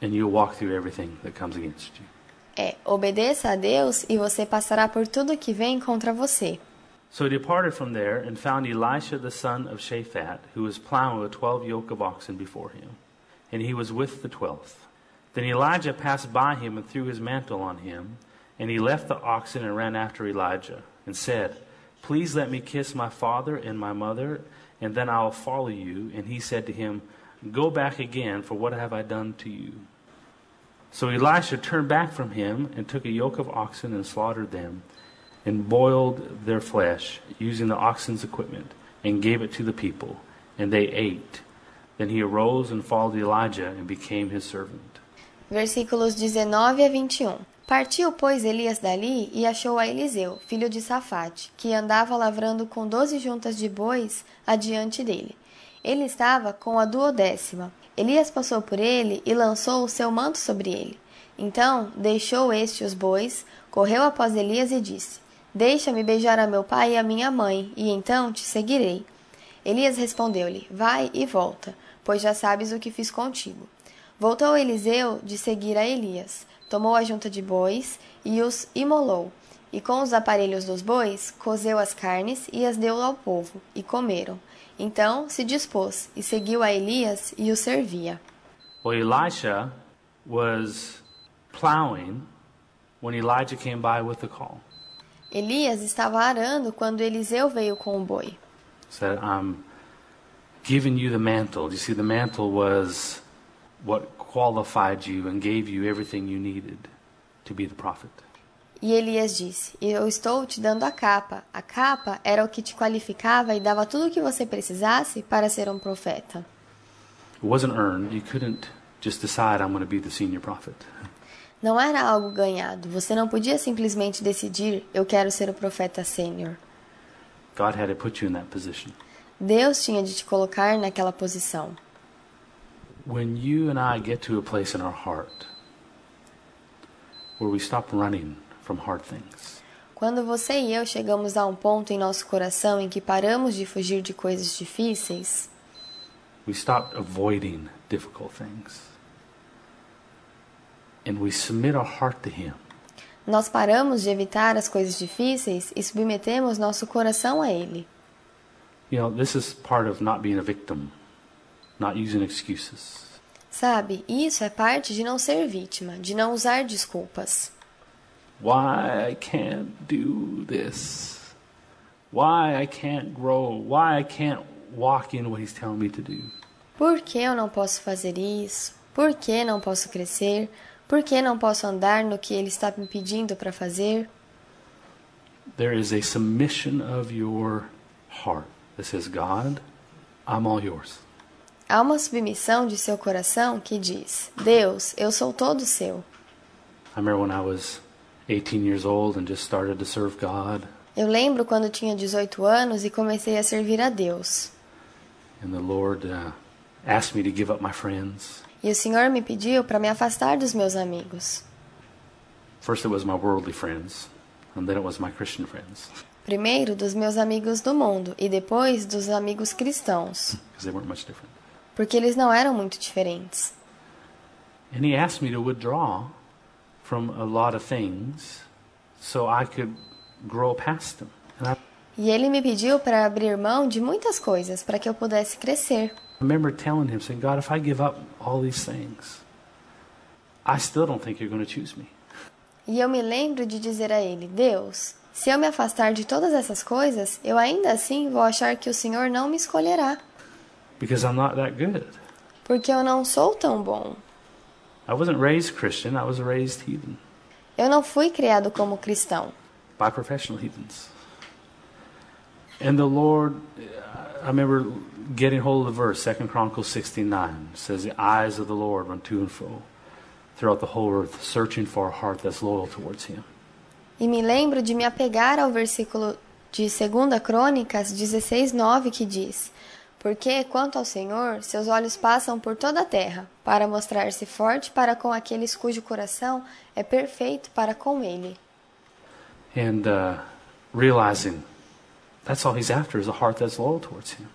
[SPEAKER 2] and you'll walk through everything that comes against you.
[SPEAKER 1] É, obedeça a Deus e você passará por tudo que vem contra você.
[SPEAKER 2] So he departed from there and found Elisha the son of Shaphat, who was plowing with twelve yoke of oxen before him, and he was with the twelfth. Then Elijah passed by him and threw his mantle on him, and he left the oxen and ran after Elijah, and said, Please let me kiss my father and my mother, and then I will follow you. And he said to him, Go back again, for what have I done to you? So Elisha turned back from him and took a yoke of oxen and slaughtered them and boiled their flesh using the oxen's equipment and gave it to the people, and they ate. Then he arose and followed Elijah and became his servant.
[SPEAKER 1] Versículos 19 a 21. Partiu, pois, Elias dali e achou a Eliseu, filho de Safate, que andava lavrando com doze juntas de bois adiante dele. Ele estava com a duodécima. Elias passou por ele e lançou o seu manto sobre ele. Então deixou este os bois, correu após Elias e disse: Deixa-me beijar a meu pai e a minha mãe, e então te seguirei. Elias respondeu-lhe: Vai e volta, pois já sabes o que fiz contigo. Voltou Eliseu de seguir a Elias, tomou a junta de bois e os imolou, e com os aparelhos dos bois cozeu as carnes e as deu ao povo, e comeram. Então se dispôs e seguiu a Elias e o servia.
[SPEAKER 2] Well, Elisha was plowing when Elijah came by with the call.
[SPEAKER 1] Elias estava arando quando Eliseu veio com o boi.
[SPEAKER 2] Said, I'm giving you the mantle. You see, the mantle was what qualified you and gave you everything you needed to be the prophet.
[SPEAKER 1] E Elias disse: Eu estou te dando a capa. A capa era o que te qualificava e dava tudo o que você precisasse para ser um profeta.
[SPEAKER 2] It wasn't earned. You couldn't just decide, I'm going to be the senior prophet.
[SPEAKER 1] Não era algo ganhado. Você não podia simplesmente decidir: eu quero ser o profeta sênior.
[SPEAKER 2] God had to put you in that position.
[SPEAKER 1] Deus tinha de te colocar naquela posição.
[SPEAKER 2] When you and I get to a place in our heart where we stop running from hard things
[SPEAKER 1] Quando você e eu chegamos a um ponto em nosso coração em que paramos de fugir de coisas difíceis,
[SPEAKER 2] We stop avoiding difficult things. And we submit our heart to Him.
[SPEAKER 1] nós paramos de evitar as coisas difíceis e submetemos nosso coração a Ele.
[SPEAKER 2] You know, this is part of not being a victim, not using excuses.
[SPEAKER 1] Sabe, isso é parte de não ser vítima, de não usar desculpas.
[SPEAKER 2] Why I can't do this. Why I can't grow. Why I can't walk in what He's telling me to do.
[SPEAKER 1] Por que eu não posso fazer isso? Por que não posso crescer? Por que não posso andar no que Ele está me pedindo para fazer?
[SPEAKER 2] There is a submission of your heart that says, God, I'm all yours.
[SPEAKER 1] Há uma submissão de seu coração que diz: Deus, eu sou todo seu.
[SPEAKER 2] I remember when I was 18 years old and just started to serve God,
[SPEAKER 1] Eu lembro quando tinha 18 anos e comecei a servir a Deus.
[SPEAKER 2] and the Lord uh, asked me to give up my friends.
[SPEAKER 1] E o Senhor me pediu para me afastar dos meus amigos.
[SPEAKER 2] First, it was my worldly friends, and then it was my Christian friends
[SPEAKER 1] Primeiro dos meus amigos do mundo e depois dos amigos cristãos,
[SPEAKER 2] because they weren't much different.
[SPEAKER 1] porque eles não eram muito diferentes.
[SPEAKER 2] And he asked me to withdraw from a lot of things so I could grow past them. And I
[SPEAKER 1] E ele me pediu para abrir mão de muitas coisas para que eu pudesse crescer.
[SPEAKER 2] remember telling him, saying, God, if I give up all these things, I still don't think you're going to choose me.
[SPEAKER 1] E eu me lembro de dizer a ele: Deus, se eu me afastar de todas essas coisas, eu ainda assim vou achar que o Senhor não me escolherá,
[SPEAKER 2] because I'm not that good.
[SPEAKER 1] porque eu não sou tão bom.
[SPEAKER 2] I wasn't raised Christian, I was raised heathen
[SPEAKER 1] Eu não fui criado como cristão.
[SPEAKER 2] by professional heathens. And the Lord, I remember getting hold of the verse, Second Chronicles 69, says, The eyes of the Lord run to and fro throughout the whole earth, searching for a heart that's loyal towards Him.
[SPEAKER 1] E me lembro de me apegar ao versículo de 2 Crônicas 16:9 que diz: Porque quanto ao Senhor, seus olhos passam por toda a terra, para mostrar-se forte para com aqueles cujo coração é perfeito para com ele.
[SPEAKER 2] And uh, realizing that's all He's after is a heart that's loyal towards Him.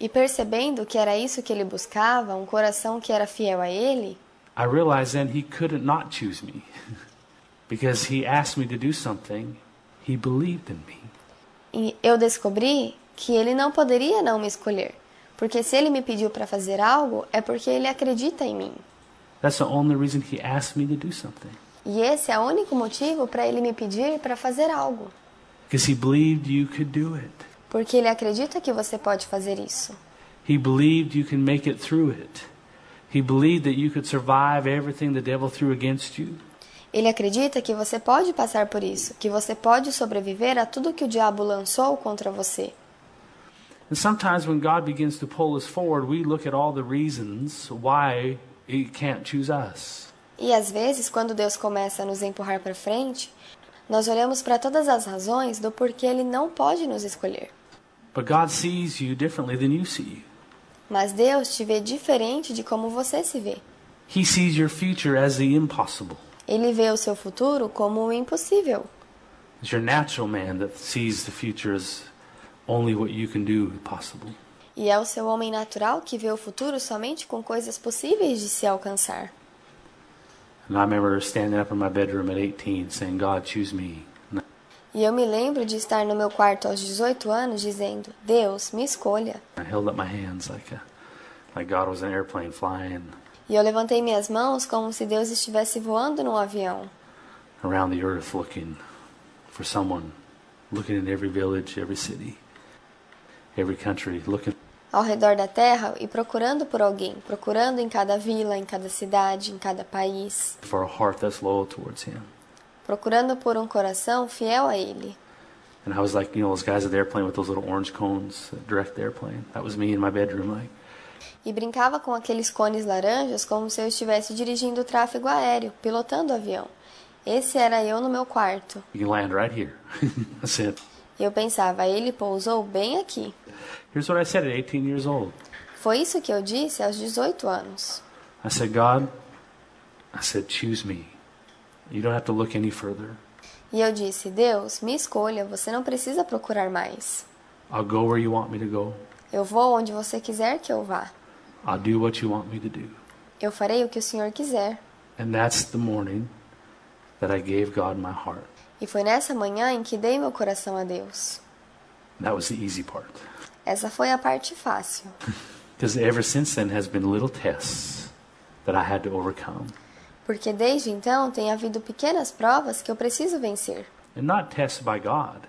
[SPEAKER 1] E percebendo que era isso que ele buscava, um coração que era fiel a ele,
[SPEAKER 2] I realized then He couldn't not choose me [laughs] because He asked me to do something, He believed in me.
[SPEAKER 1] e eu descobri que ele não poderia não me escolher, porque se ele me pediu para fazer algo, é porque ele acredita em mim.
[SPEAKER 2] That's the only reason he asked me to do something.
[SPEAKER 1] E esse é o único motivo para ele me pedir para fazer algo,
[SPEAKER 2] Because he believed you could do it.
[SPEAKER 1] porque ele acredita que você pode fazer isso.
[SPEAKER 2] He believed you can make it through it. He believed that you could survive everything the devil threw against you.
[SPEAKER 1] Ele acredita que você pode passar por isso, que você pode sobreviver a tudo que o diabo lançou contra você.
[SPEAKER 2] And sometimes when God begins to pull us forward, we look at all the reasons why he can't choose us.
[SPEAKER 1] E às vezes, quando Deus começa a nos empurrar para frente, nós olhamos para todas as razões do porquê ele não pode nos escolher.
[SPEAKER 2] But God sees you differently than you see you.
[SPEAKER 1] Mas Deus te vê diferente de como você se vê.
[SPEAKER 2] He sees your future as the impossible.
[SPEAKER 1] Ele vê o seu futuro como o impossível.
[SPEAKER 2] It's your natural man that sees the future as only what you can do possible.
[SPEAKER 1] E é o seu homem natural que vê o futuro somente com coisas possíveis de se alcançar.
[SPEAKER 2] And I remember standing up in my bedroom at 18 saying, God, choose me. And
[SPEAKER 1] E eu me lembro de estar no meu quarto aos 18 anos dizendo: Deus, me escolha.
[SPEAKER 2] I held up my hands like, a, like God was an airplane flying
[SPEAKER 1] E eu levantei minhas mãos como se Deus estivesse voando num avião,
[SPEAKER 2] around the earth looking for someone, looking in every village, every city, every country, looking.
[SPEAKER 1] ao redor da terra e procurando por alguém, procurando em cada vila, em cada cidade, em cada país,
[SPEAKER 2] For a heart that's loyal towards him.
[SPEAKER 1] procurando por um coração fiel a Ele.
[SPEAKER 2] And I was like, you know, those guys at the airplane with those little orange cones that direct the airplane. That was me in my bedroom, like,
[SPEAKER 1] E brincava com aqueles cones laranjas como se eu estivesse dirigindo o tráfego aéreo, pilotando o avião. Esse era eu no meu quarto.
[SPEAKER 2] you can land right here. [laughs] I said,
[SPEAKER 1] E eu pensava, ele pousou bem aqui.
[SPEAKER 2] here's what I said at 18 years old.
[SPEAKER 1] Foi isso que eu disse aos 18 anos.
[SPEAKER 2] I said, God, I said, choose me. You don't have to look any further.
[SPEAKER 1] E eu disse: Deus, me escolha, você não precisa procurar mais.
[SPEAKER 2] I'll go where you want me to go.
[SPEAKER 1] Eu vou onde você quiser que eu vá.
[SPEAKER 2] I'll do what you want me to do.
[SPEAKER 1] Eu farei o que o Senhor quiser.
[SPEAKER 2] And that's the morning that I gave God my heart.
[SPEAKER 1] E foi nessa manhã em que dei meu coração a Deus.
[SPEAKER 2] That was the easy part.
[SPEAKER 1] Essa foi a parte fácil,
[SPEAKER 2] Because ever since then has been little tests that I had to overcome.
[SPEAKER 1] porque desde então tem havido pequenas provas que eu preciso vencer.
[SPEAKER 2] And not tests by God,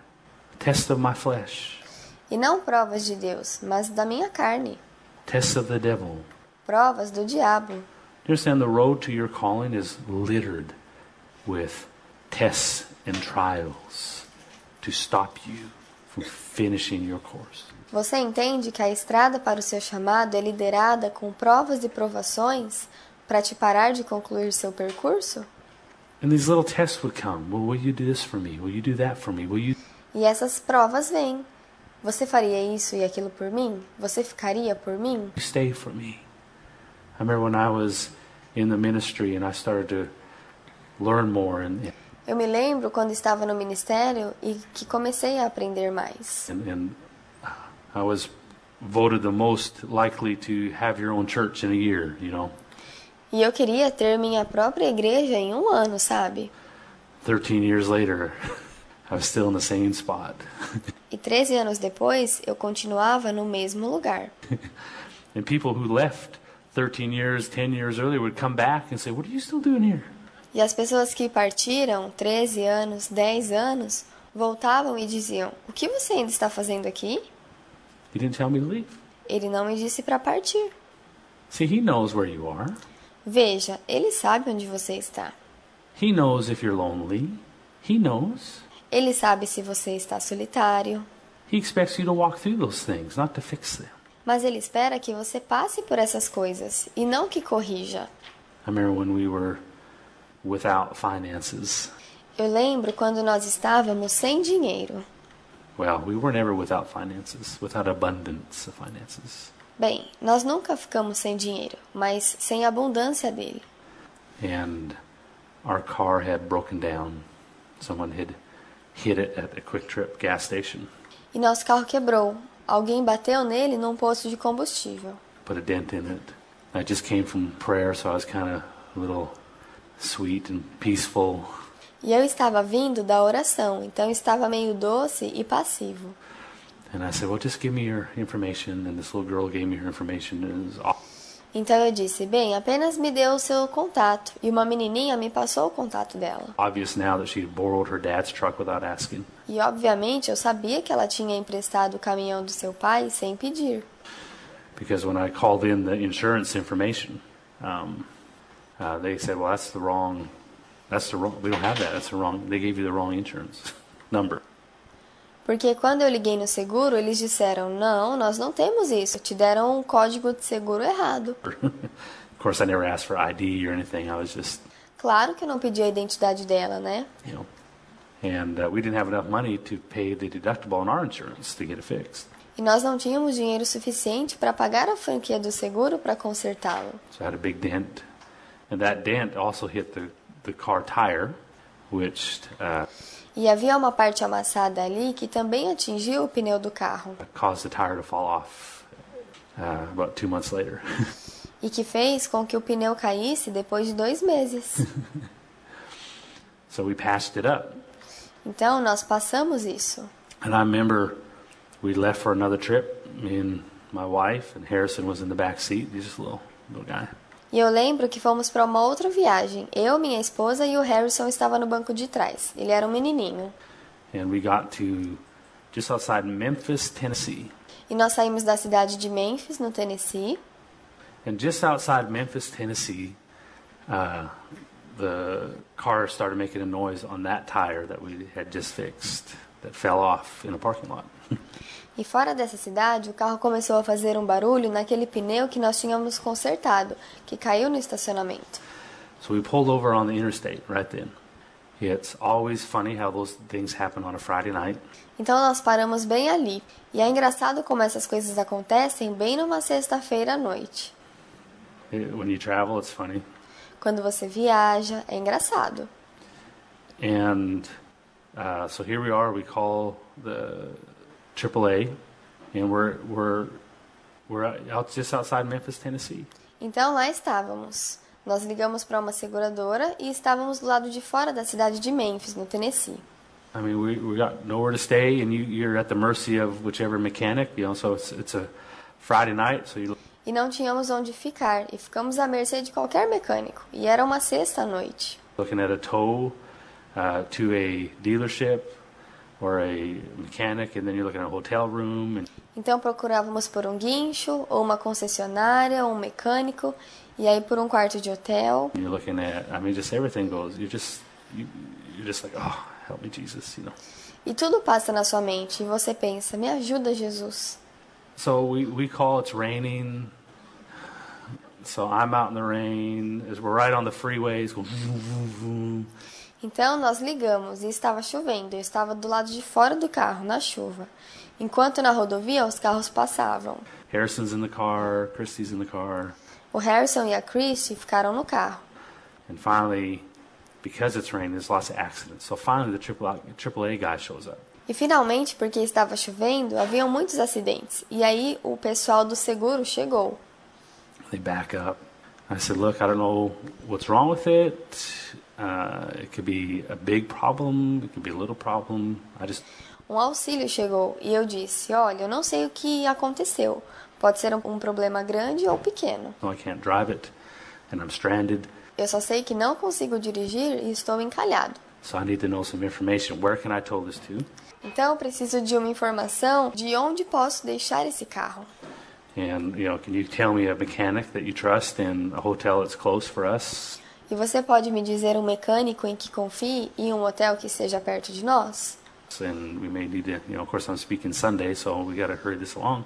[SPEAKER 2] tests of my flesh,
[SPEAKER 1] E não provas de Deus, mas da minha carne,
[SPEAKER 2] tests of the devil,
[SPEAKER 1] provas do diabo,
[SPEAKER 2] You understand the road to your calling is littered with tests and trials to stop you from finishing your course.
[SPEAKER 1] Você entende que a estrada para o seu chamado é liderada com provas e provações para te parar de concluir seu percurso?
[SPEAKER 2] And these little tests would come. Well, will you do this for me? Will you do that for me? Will you?
[SPEAKER 1] E essas provas vêm. Você faria isso e aquilo por mim? Você ficaria por mim?
[SPEAKER 2] stay for me. I remember when I was in the ministry and I started to learn more and,
[SPEAKER 1] Eu me lembro quando estava no ministério e que comecei a aprender mais.
[SPEAKER 2] and, and uh, I was voted the most likely to have your own church in a year, you know,
[SPEAKER 1] E eu queria ter minha própria igreja em um ano, sabe?
[SPEAKER 2] 13 years later, [laughs] I was still in the same spot. [laughs]
[SPEAKER 1] E 13 anos depois, eu continuava no mesmo lugar.
[SPEAKER 2] And people who left 13 years, 10 years earlier would come back and say, What are you still doing here?
[SPEAKER 1] E as pessoas que partiram, 13 anos, 10 anos, voltavam e diziam: O que você ainda está fazendo aqui?
[SPEAKER 2] He didn't tell me to leave.
[SPEAKER 1] Ele não me disse para partir.
[SPEAKER 2] See, he knows where you are.
[SPEAKER 1] Veja, ele sabe onde você está.
[SPEAKER 2] He knows if you're lonely. He knows.
[SPEAKER 1] Ele sabe se você está solitário.
[SPEAKER 2] He expects you to walk through those things, not to fix them.
[SPEAKER 1] Mas ele espera que você passe por essas coisas e não que corrija.
[SPEAKER 2] I remember when we were without finances.
[SPEAKER 1] Eu lembro quando nós estávamos sem dinheiro.
[SPEAKER 2] Well, we were never without finances, without abundance of finances.
[SPEAKER 1] Bem, nós nunca ficamos sem dinheiro, mas sem abundância dele.
[SPEAKER 2] And our car had broken down. Someone had hit it at the Quick Trip gas station,
[SPEAKER 1] E nosso carro quebrou. Alguém bateu nele num posto de combustível.
[SPEAKER 2] put a dent in it. I just came from prayer, so I was kind of a little sweet and peaceful.
[SPEAKER 1] E eu estava vindo da oração, então estava meio doce e passivo.
[SPEAKER 2] And I said, Well, just give me your information. And this little girl gave me her information. And it was aw-
[SPEAKER 1] Então eu disse: Bem, apenas me deu o seu contato. E uma menininha me passou o contato dela.
[SPEAKER 2] obvious now that she had borrowed her dad's truck without asking.
[SPEAKER 1] E obviamente eu sabia que ela tinha emprestado o caminhão do seu pai sem pedir.
[SPEAKER 2] Because when I called in the insurance information, um, uh, they said, Well, that's the wrong, that's the wrong, we don't have that. That's the wrong, they gave you the wrong insurance [laughs] number.
[SPEAKER 1] Porque quando eu liguei no seguro, eles disseram: Não, nós não temos isso. Te deram um código de seguro errado.
[SPEAKER 2] of course, I never asked for ID or anything. I was just,
[SPEAKER 1] Claro que eu não pedi a identidade dela, né?
[SPEAKER 2] you know, and uh, we didn't have enough money to pay the deductible on our insurance to get it fixed.
[SPEAKER 1] E nós não tínhamos dinheiro suficiente para pagar a franquia do seguro para consertá-lo.
[SPEAKER 2] So I had a big dent, and that dent also hit the, the car tire, which uh,
[SPEAKER 1] E havia uma parte amassada ali que também atingiu o pneu do carro
[SPEAKER 2] caused the tire to fall off uh, about two months later. [laughs]
[SPEAKER 1] e que fez com que o pneu caísse depois de dois meses.
[SPEAKER 2] so we patched it up,
[SPEAKER 1] Então nós passamos isso.
[SPEAKER 2] and I remember we left for another trip. Me and my wife and Harrison was in the back seat. He's just a little little guy,
[SPEAKER 1] E eu lembro que fomos para uma outra viagem. Eu, minha esposa e o Harrison estava no banco de trás. Ele era um menininho.
[SPEAKER 2] and we got to just outside Memphis, Tennessee.
[SPEAKER 1] E nós saímos da cidade de Memphis, no Tennessee.
[SPEAKER 2] And just outside Memphis, Tennessee, uh, the car started making a noise on that tire that we had just fixed that fell off in a parking lot.
[SPEAKER 1] E fora dessa cidade, o carro começou a fazer um barulho naquele pneu que nós tínhamos consertado, que caiu no estacionamento.
[SPEAKER 2] so we pulled over on the interstate right then. It's always funny how those things happen on a Friday night.
[SPEAKER 1] Então nós paramos bem ali. E é engraçado como essas coisas acontecem bem numa sexta-feira à noite.
[SPEAKER 2] It- Eh, when you travel, it's funny.
[SPEAKER 1] Quando você viaja, é engraçado.
[SPEAKER 2] And uh, so here we are. We call the AAA, and we're we're we're out just outside Memphis, Tennessee.
[SPEAKER 1] Então lá estávamos. Nós ligamos para uma seguradora e estávamos do lado de fora da cidade de Memphis, no Tennessee.
[SPEAKER 2] I mean, we, we got nowhere to stay, and you, you're at the mercy of whichever mechanic, you know. So it's it's a Friday night, so you
[SPEAKER 1] E não tínhamos onde ficar e ficamos à mercê de qualquer mecânico. E era uma sexta à noite.
[SPEAKER 2] looking at a tow uh, to a dealership or a mechanic, and then you're looking at a hotel room, and
[SPEAKER 1] Então procurávamos por um guincho, ou uma concessionária, ou um mecânico, E aí por um quarto de hotel,
[SPEAKER 2] You're looking at, I mean, just everything goes. You're just, you, you're just like, oh, help me, Jesus, you know.
[SPEAKER 1] e tudo passa na sua mente e você pensa: "Me ajuda, Jesus".
[SPEAKER 2] So we, we call, it's raining. So I'm out in the rain. As we're right on the freeways. Go vroom, vroom, vroom.
[SPEAKER 1] Então nós ligamos e estava chovendo. Eu estava do lado de fora do carro, na chuva. Enquanto na rodovia os carros passavam.
[SPEAKER 2] Harrison's in the car. Christie's in the car.
[SPEAKER 1] O Harrison e a Christie ficaram no carro.
[SPEAKER 2] And finally, because it's raining, there's lots of accidents. So finally, the AAA, AAA guy shows up.
[SPEAKER 1] E finalmente, porque estava chovendo, haviam muitos acidentes. E aí o pessoal do seguro chegou.
[SPEAKER 2] They back up. I said, Look, I don't know what's wrong with it. Uh, it could be a big problem, it could be a little problem. I just,
[SPEAKER 1] Um auxílio chegou e eu disse: Olha, eu não sei o que aconteceu. Pode ser um, um problema grande ou pequeno.
[SPEAKER 2] no, I can't drive it, and I'm stranded.
[SPEAKER 1] Eu só sei que não consigo dirigir e estou encalhado.
[SPEAKER 2] So I need to know some information. Where can I tow this to?
[SPEAKER 1] Então eu preciso de uma informação de onde posso deixar esse carro.
[SPEAKER 2] And, you know, can you tell me a mechanic that you trust and a hotel that's close for us?
[SPEAKER 1] E você pode me dizer um mecânico em que confie e um hotel que esteja perto de nós?
[SPEAKER 2] And we may need to, you know, of course, I'm speaking Sunday, so we got to hurry this along.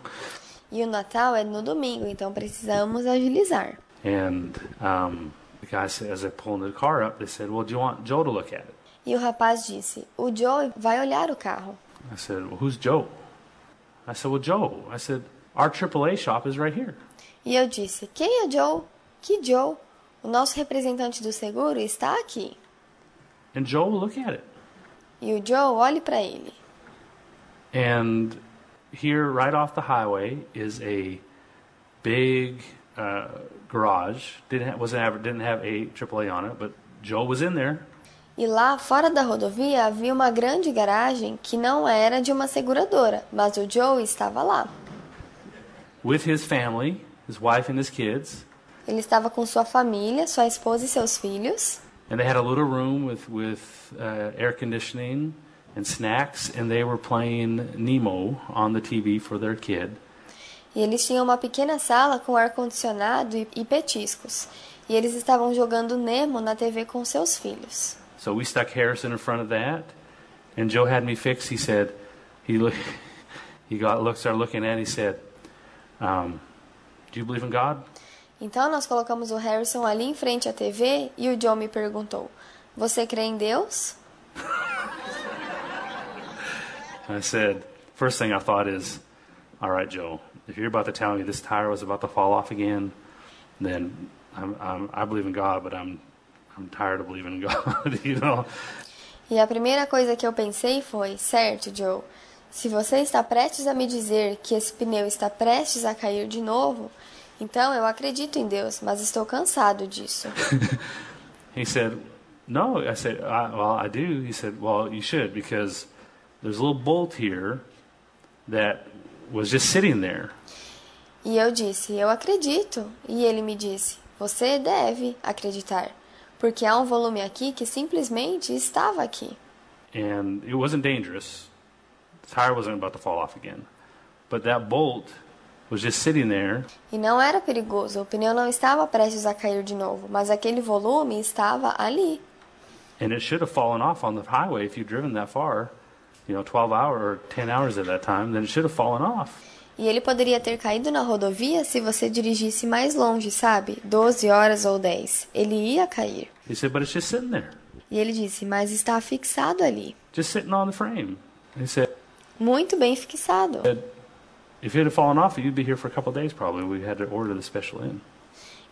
[SPEAKER 1] E o Natal é no domingo, então precisamos agilizar.
[SPEAKER 2] And um, the guy said, as they're pulling the car up, they said, Well, do you want Joe to look at it?
[SPEAKER 1] E o rapaz disse: O Joe vai olhar o carro.
[SPEAKER 2] I said, Well, who's Joe? I said, Well, Joe. I said, Our AAA shop is right here.
[SPEAKER 1] E eu disse: Quem é Joe? Que Joe? O nosso representante do seguro está aqui.
[SPEAKER 2] And Joe will look at it.
[SPEAKER 1] E o Joe olhe para ele.
[SPEAKER 2] And here, right off the highway, is a big uh, garage. Didn't ha- wasn't have, didn't have a AAA on it, but Joe was in there.
[SPEAKER 1] E lá fora da rodovia havia uma grande garagem que não era de uma seguradora, mas o Joe estava lá.
[SPEAKER 2] with his family, his wife and his kids,
[SPEAKER 1] Ele estava com sua família, sua esposa e seus filhos.
[SPEAKER 2] and they had a little room with with uh, air conditioning and snacks, and they were playing Nemo on the TV for their kid.
[SPEAKER 1] E eles tinham uma pequena sala com ar-condicionado e, e petiscos. E eles estavam jogando Nemo na TV com seus filhos.
[SPEAKER 2] So we stuck Harrison in front of that, and Joe had me fixed. He said, he look, [laughs] he got looked started looking at. It, he said, um, "Do you believe in God?"
[SPEAKER 1] Então nós colocamos o Harrison ali em frente à TV e o John me perguntou: Você crê em Deus?
[SPEAKER 2] And I said, first thing I thought is, all right, Joe, if you're about to tell me this tire was about to fall off again, then I'm, I'm, I believe in God, but I'm, I'm tired of believing in God, [laughs] you know?
[SPEAKER 1] E a primeira coisa que eu pensei foi: Certo, Joe, se você está prestes a me dizer que esse pneu está prestes a cair de novo, então eu acredito em Deus, mas estou cansado disso.
[SPEAKER 2] He said, no. I said, I, well, I do. He said, well, you should, because there's a little bolt here that was just sitting there.
[SPEAKER 1] E eu disse: Eu acredito. E ele me disse: Você deve acreditar, porque há um volume aqui que simplesmente estava aqui.
[SPEAKER 2] and it wasn't dangerous. The tire wasn't about to fall off again. But that bolt was just sitting there,
[SPEAKER 1] E não era perigoso, o pneu não estava prestes a cair de novo, mas aquele volume estava ali.
[SPEAKER 2] and it should have fallen off on the highway if you'd driven that far, you know, 12 hour or 10 hours at that time, then it should have fallen off.
[SPEAKER 1] E ele poderia ter caído na rodovia se você dirigisse mais longe, sabe? 12 horas ou 10. Ele ia cair.
[SPEAKER 2] He said, but it's just sitting there,
[SPEAKER 1] E ele disse: Mas está fixado ali.
[SPEAKER 2] just sitting on the frame. And he said,
[SPEAKER 1] Muito bem fixado.
[SPEAKER 2] if it had fallen off, you'd be here for a couple of days probably. We had to order the special in.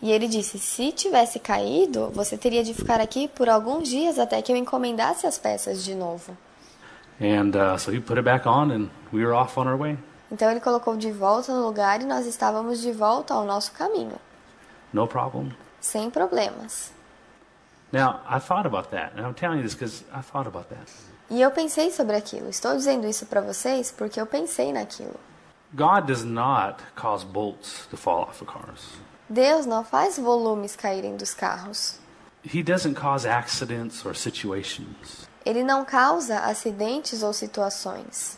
[SPEAKER 1] E ele disse: Se tivesse caído, você teria de ficar aqui por alguns dias até que eu encomendasse as peças de novo.
[SPEAKER 2] And uh, so he put it back on, and we were off on our way.
[SPEAKER 1] Então ele colocou de volta no lugar e nós estávamos de volta ao nosso caminho,
[SPEAKER 2] No problem.
[SPEAKER 1] sem problemas.
[SPEAKER 2] Now, I thought about that, and I'm telling you this because I thought about that.
[SPEAKER 1] E eu pensei sobre aquilo. Estou dizendo isso para vocês porque eu pensei naquilo.
[SPEAKER 2] God does not cause bolts to fall off of cars.
[SPEAKER 1] Deus não faz volumes caírem dos carros.
[SPEAKER 2] He doesn't cause accidents or situations.
[SPEAKER 1] Ele não causa acidentes ou situações.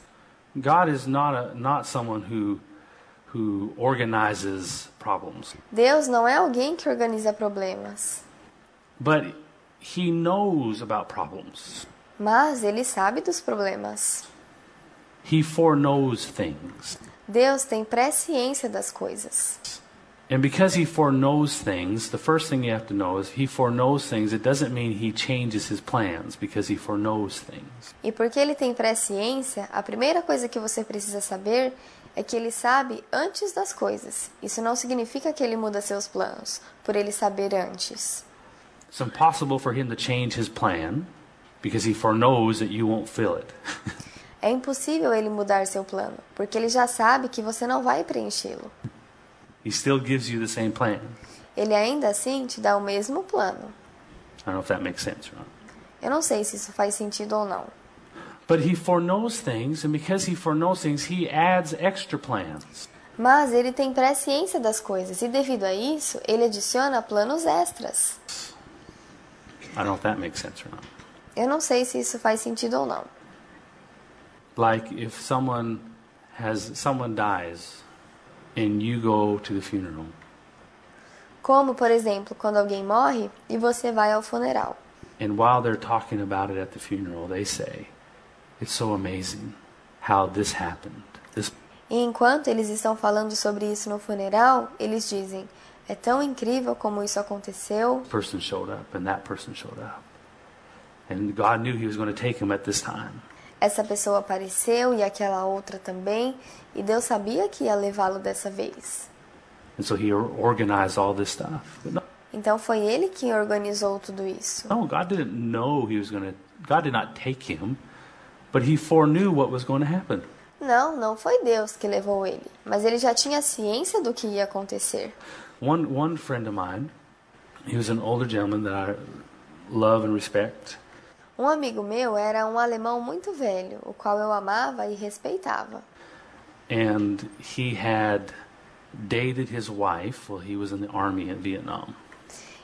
[SPEAKER 2] God is not a, not someone who who organizes problems,
[SPEAKER 1] Deus não é alguém que organiza problemas,
[SPEAKER 2] but he knows about problems.
[SPEAKER 1] mas ele sabe dos problemas.
[SPEAKER 2] He foreknows things.
[SPEAKER 1] Deus tem presciência das coisas.
[SPEAKER 2] And because he foreknows things, the first thing you have to know is he foreknows things. It doesn't mean he changes his plans because he foreknows things.
[SPEAKER 1] E porque ele tem presciência, a primeira coisa que você precisa saber é que ele sabe antes das coisas. Isso não significa que ele muda seus planos, por ele saber antes.
[SPEAKER 2] It's impossible for him to change his plan because he foreknows that you won't fill it. [laughs]
[SPEAKER 1] É impossível ele mudar seu plano, porque ele já sabe que você não vai preenchê-lo.
[SPEAKER 2] he still gives you the same plan.
[SPEAKER 1] Ele ainda assim te dá o mesmo plano.
[SPEAKER 2] I don't know if that makes sense or not.
[SPEAKER 1] Eu não sei se isso faz sentido ou não.
[SPEAKER 2] But he foreknows things, and because he foreknows things, he adds extra plans.
[SPEAKER 1] Mas ele tem presciência das coisas e, devido a isso, ele adiciona planos extras.
[SPEAKER 2] I don't know if that makes sense or not.
[SPEAKER 1] Eu não sei se isso faz sentido ou não.
[SPEAKER 2] Like if someone has someone dies and you go to the funeral.
[SPEAKER 1] Como, por exemplo, quando alguém morre e você vai ao funeral.
[SPEAKER 2] And while they're talking about it at the funeral, they say, It's so amazing how this happened. This
[SPEAKER 1] E enquanto eles estão falando sobre isso no funeral, eles dizem: é tão incrível como isso aconteceu.
[SPEAKER 2] person showed up and that person showed up. And God knew He was going to take him at this time.
[SPEAKER 1] Essa pessoa apareceu e aquela outra também, e Deus sabia que ia levá-lo dessa vez.
[SPEAKER 2] And so He organized all this stuff. But no,
[SPEAKER 1] Então foi ele quem organizou tudo isso.
[SPEAKER 2] no, God didn't know He was going to, God did not take him, but He foreknew what was going to happen.
[SPEAKER 1] Não, não foi Deus que levou ele, mas ele já tinha ciência do que ia acontecer.
[SPEAKER 2] One one friend of mine, he was an older gentleman that I love and respect,
[SPEAKER 1] Um amigo meu era um alemão muito velho, o qual eu amava e respeitava.
[SPEAKER 2] and he had dated his wife while he was in the army in Vietnam.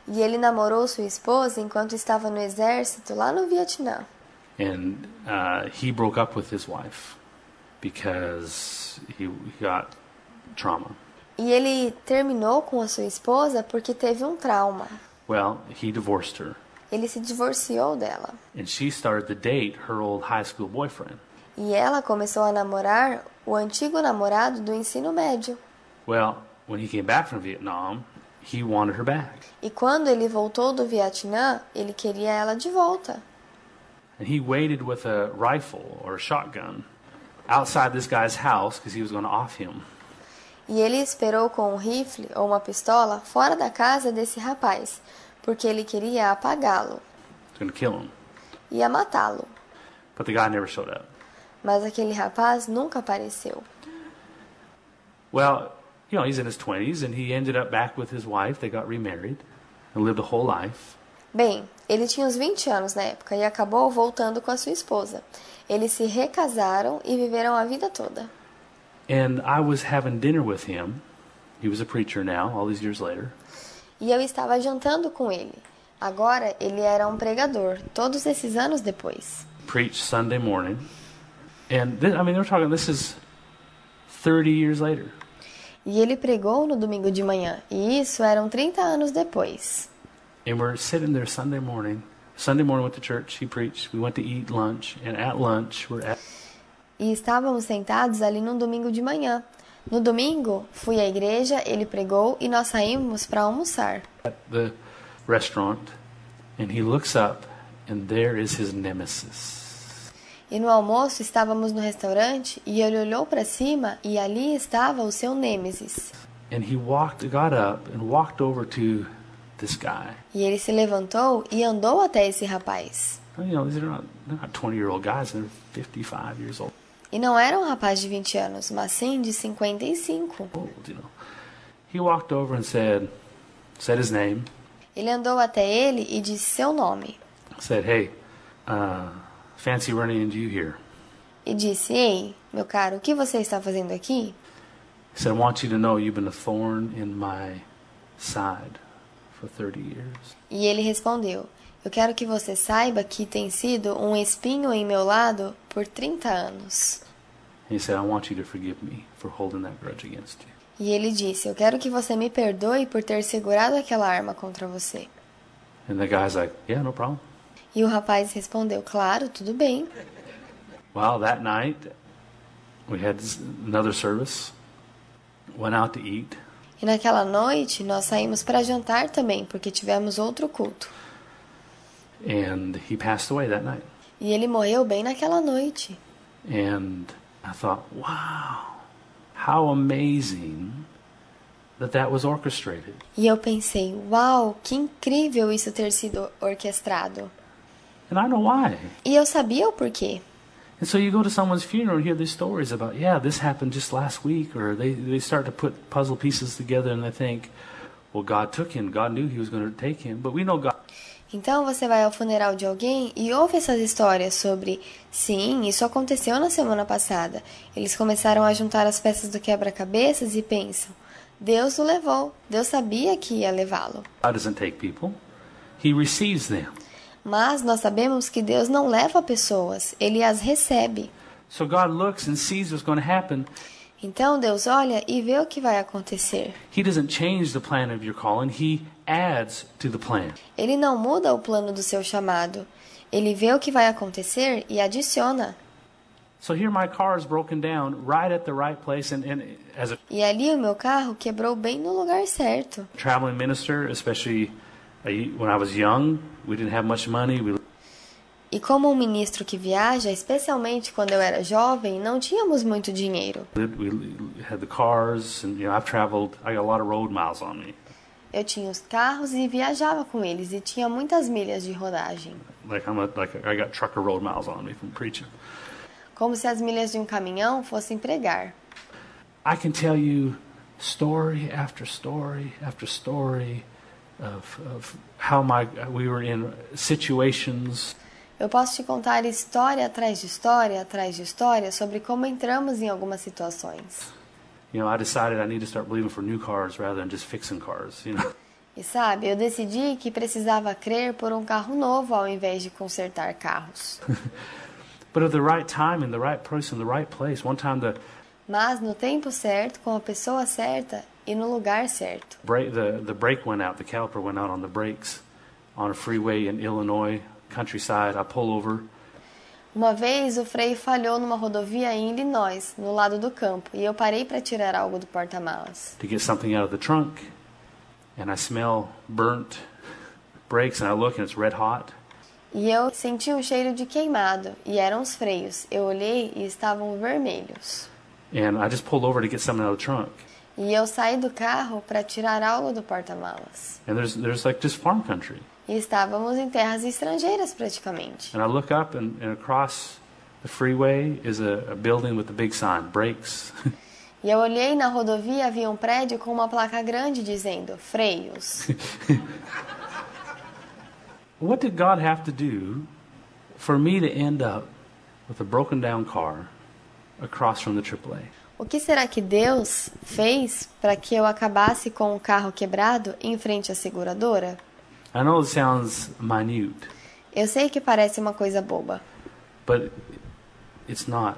[SPEAKER 1] E ele namorou sua esposa enquanto estava no exército lá no Vietnã.
[SPEAKER 2] And uh, he broke up with his wife because he got trauma.
[SPEAKER 1] E ele terminou com a sua esposa porque teve um trauma.
[SPEAKER 2] Well, he divorced her,
[SPEAKER 1] Ele se divorciou dela.
[SPEAKER 2] and she started to date her old high school boyfriend.
[SPEAKER 1] E ela começou a namorar o antigo namorado do ensino médio.
[SPEAKER 2] Well, when he came back from Vietnam, he wanted her back,
[SPEAKER 1] E quando ele voltou do Vietnã, ele queria ela de volta.
[SPEAKER 2] and he waited with a rifle or a shotgun outside this guy's house because he was going to off him.
[SPEAKER 1] E ele esperou com um rifle ou uma pistola fora da casa desse rapaz, porque ele queria apagá-lo
[SPEAKER 2] He's going to kill him,
[SPEAKER 1] e a matá-lo.
[SPEAKER 2] but the guy never showed up.
[SPEAKER 1] Mas aquele rapaz nunca apareceu.
[SPEAKER 2] Well, you know, he's in his 20s and he ended up back with his wife. They got remarried and lived a whole life.
[SPEAKER 1] Bem, ele tinha uns 20 anos na época e acabou voltando com a sua esposa. Eles se recasaram e viveram a vida toda.
[SPEAKER 2] And I was having dinner with him. He was a preacher now, all these years later.
[SPEAKER 1] E eu estava jantando com ele. Agora ele era um pregador, todos esses anos depois.
[SPEAKER 2] Preached Sunday morning. And this, I mean, they're talking, this is 30 years later.
[SPEAKER 1] E ele pregou no domingo de manhã, e isso eram 30 anos depois.
[SPEAKER 2] And we're sitting there Sunday morning. Sunday morning, went to church. He preached. We went to eat lunch. And at lunch, we're at,
[SPEAKER 1] E estávamos sentados ali num domingo de manhã. No domingo, fui à igreja, ele pregou e nós saímos para almoçar.
[SPEAKER 2] at the restaurant. And he looks up, and there is his nemesis.
[SPEAKER 1] E no almoço estávamos no restaurante e ele olhou para cima e ali estava o seu Nêmesis.
[SPEAKER 2] And he walked, got up, and walked over to this guy.
[SPEAKER 1] E ele se levantou e andou até esse rapaz.
[SPEAKER 2] You know, these are not, they're not 20 year old guys, they're 55 years old.
[SPEAKER 1] E não era um rapaz de 20 anos, mas sim de 55.
[SPEAKER 2] old, you know. He walked over and said, said his name,
[SPEAKER 1] Ele andou até ele e disse seu nome.
[SPEAKER 2] said, "Hey, uh, fancy running into you here."
[SPEAKER 1] E disse: Ei, meu caro, o que você está fazendo aqui?
[SPEAKER 2] He said, "I want you to know you've been a thorn in my side for 30 years."
[SPEAKER 1] E ele respondeu: Eu quero que você saiba que tem sido um espinho em meu lado por 30 anos.
[SPEAKER 2] And he said, "I want you to forgive me for holding that grudge against you."
[SPEAKER 1] E ele disse: Eu quero que você me perdoe por ter segurado aquela arma contra você.
[SPEAKER 2] And the guy's like, Yeah, no problem.
[SPEAKER 1] E o rapaz respondeu: Claro, tudo bem.
[SPEAKER 2] Well, that night, we had s- another service, went out to eat,
[SPEAKER 1] E naquela noite nós saímos para jantar também, porque tivemos outro culto.
[SPEAKER 2] and he passed away that night.
[SPEAKER 1] E ele morreu bem naquela noite.
[SPEAKER 2] And I thought, wow, how amazing that that was orchestrated.
[SPEAKER 1] E eu pensei: Uau, que incrível isso ter sido orquestrado.
[SPEAKER 2] And I know why.
[SPEAKER 1] E eu sabia o porquê.
[SPEAKER 2] And so you go to someone's funeral and hear these stories about, yeah, this happened just last week, or they, they start to put puzzle pieces together and they think, well, God took him. God knew he was going to take him. But we know God
[SPEAKER 1] Então você vai ao funeral de alguém e ouve essas histórias sobre, sim, isso aconteceu na semana passada. Eles começaram a juntar as peças do quebra-cabeças e pensam: Deus o levou, Deus sabia que ia levá-lo.
[SPEAKER 2] doesn't take people, He receives them.
[SPEAKER 1] Mas nós sabemos que Deus não leva pessoas, ele as recebe.
[SPEAKER 2] So God looks and sees what's going to happen.
[SPEAKER 1] Então Deus olha e vê o que vai acontecer.
[SPEAKER 2] He doesn't change the plan of your calling, He adds to the plan.
[SPEAKER 1] Ele não muda o plano do seu chamado. Ele vê o que vai acontecer e adiciona.
[SPEAKER 2] So here my car is broken down right at the right place. And, and as a
[SPEAKER 1] E ali o meu carro quebrou bem no lugar certo.
[SPEAKER 2] traveling minister, especially uh, when I was young, we didn't have much money. We
[SPEAKER 1] E como um ministro que viaja, especialmente quando eu era jovem, não tínhamos muito dinheiro.
[SPEAKER 2] lived, we had the cars, and you know I've traveled. I got a lot of road miles on me,
[SPEAKER 1] Eu tinha os carros e viajava com eles e tinha muitas milhas de rodagem,
[SPEAKER 2] like I'm a, like I got trucker road miles on me from preaching.
[SPEAKER 1] como se as milhas de um caminhão fossem pregar.
[SPEAKER 2] I can tell you story after story after story of, of how my we were in situations
[SPEAKER 1] Eu posso te contar história atrás de história atrás de história sobre como entramos em algumas situações.
[SPEAKER 2] you know, I decided I need to start believing for new cars rather than just fixing cars. You know, [laughs]
[SPEAKER 1] E sabe, eu decidi que precisava crer por um carro novo ao invés de consertar carros.
[SPEAKER 2] but at the right time, in the right place, in the right place. One time the
[SPEAKER 1] Mas no tempo certo, com a pessoa certa e no lugar certo.
[SPEAKER 2] brake the, the brake went out, the caliper went out on the brakes on a freeway in Illinois countryside. I pull over.
[SPEAKER 1] Uma vez o freio falhou numa rodovia em Illinois, no lado do campo, e eu parei para tirar algo do porta-malas.
[SPEAKER 2] to get something out of the trunk, and I smell burnt [laughs] brakes, and I look, and it's red hot.
[SPEAKER 1] E eu senti um cheiro de queimado, e eram os freios. Eu olhei e estavam vermelhos.
[SPEAKER 2] And I just pulled over to get something out of the trunk,
[SPEAKER 1] E eu saí do carro para tirar algo do porta-malas.
[SPEAKER 2] and there's there's like just farm country,
[SPEAKER 1] E estávamos em terras estrangeiras praticamente.
[SPEAKER 2] and I look up, and, and across the freeway is a, a building with a big sign, brakes,
[SPEAKER 1] E eu olhei na rodovia havia um prédio com uma placa grande dizendo freios.
[SPEAKER 2] [laughs] What did God have to do for me to end up with a broken down car across from the AAA?
[SPEAKER 1] O que será que Deus fez para que eu acabasse com o carro quebrado em frente à seguradora?
[SPEAKER 2] I know it sounds minute,
[SPEAKER 1] Eu sei que parece uma coisa boba,
[SPEAKER 2] but it's not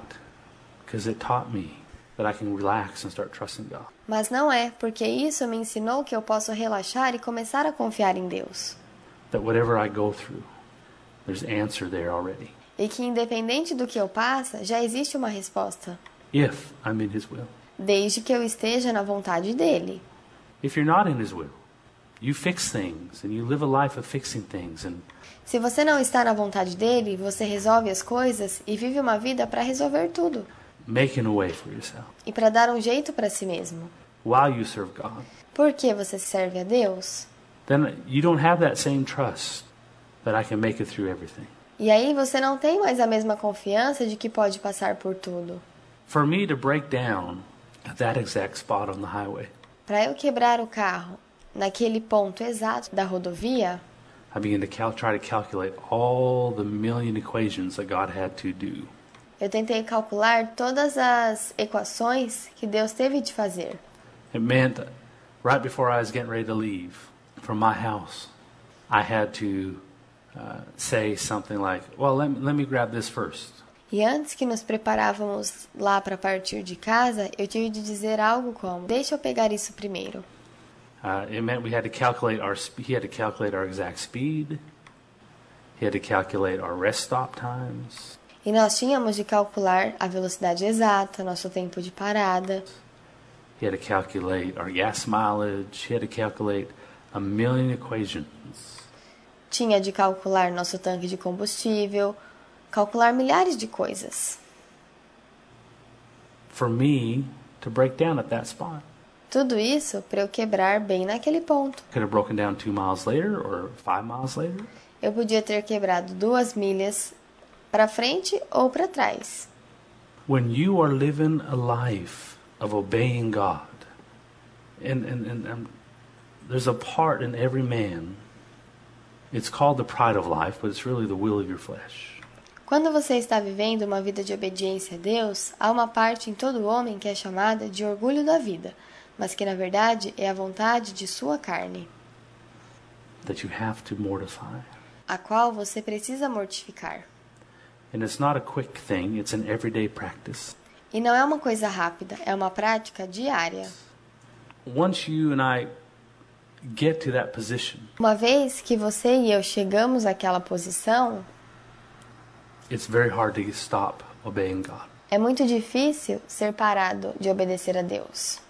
[SPEAKER 2] because it taught me that I can relax and start trusting God.
[SPEAKER 1] mas não é, porque isso me ensinou que eu posso relaxar e começar a confiar em Deus.
[SPEAKER 2] That whatever I go through, there's answer there already
[SPEAKER 1] E que independente do que eu passa, já existe uma resposta,
[SPEAKER 2] if I'm in His will.
[SPEAKER 1] desde que eu esteja na vontade dele.
[SPEAKER 2] If you're not in His will, you fix things and you live a life of fixing things and
[SPEAKER 1] Se você não está na vontade dele, você resolve as coisas e vive uma vida para resolver tudo
[SPEAKER 2] making a way for yourself
[SPEAKER 1] e para dar um jeito para si mesmo.
[SPEAKER 2] while you serve God.
[SPEAKER 1] Por que você serve a Deus?
[SPEAKER 2] then you don't have that same trust that I can make it through everything.
[SPEAKER 1] E aí você não tem mais a mesma confiança de que pode passar por tudo.
[SPEAKER 2] For me to break down at that exact spot on the highway,
[SPEAKER 1] Para eu quebrar o carro naquele ponto exato da rodovia,
[SPEAKER 2] I began to cal- try to calculate all the million equations that God had to do.
[SPEAKER 1] eu tentei calcular todas as equações que Deus teve de fazer.
[SPEAKER 2] It meant right before I was getting ready to leave from my house, I had to uh, say something like, Well, let me, let me grab this first.
[SPEAKER 1] E antes que nos preparávamos lá para partir de casa, eu tive de dizer algo como: Deixa eu pegar isso primeiro.
[SPEAKER 2] Uh, it meant we had to calculate our sp- he had to calculate our exact speed. He had to calculate our rest stop times.
[SPEAKER 1] E nós tínhamos de calcular a velocidade exata, nosso tempo de parada,
[SPEAKER 2] He had to calculate our gas mileage. He had to calculate a million equations.
[SPEAKER 1] tinha de calcular nosso tanque de combustível, calcular milhares de coisas.
[SPEAKER 2] for me to break down at that spot.
[SPEAKER 1] Tudo isso para eu quebrar bem naquele ponto.
[SPEAKER 2] Could have broken down two miles later or five miles later.
[SPEAKER 1] Eu podia ter quebrado duas milhas para frente ou para trás.
[SPEAKER 2] When you are living a life of obeying God, and, and, and, and there's a part in every man, it's called the pride of life, but it's really the will of your flesh.
[SPEAKER 1] Quando você está vivendo uma vida de obediência a Deus, há uma parte em todo homem que é chamada de orgulho da vida, mas que na verdade é a vontade de sua carne,
[SPEAKER 2] that you have to mortify.
[SPEAKER 1] a qual você precisa mortificar.
[SPEAKER 2] And it's not a quick thing, it's an everyday practice.
[SPEAKER 1] E não é uma coisa rápida, é uma prática diária.
[SPEAKER 2] Once you and I get to that position,
[SPEAKER 1] Uma vez que você e eu chegamos àquela posição,
[SPEAKER 2] it's very hard to stop obeying God,
[SPEAKER 1] é muito difícil ser parado de obedecer a Deus.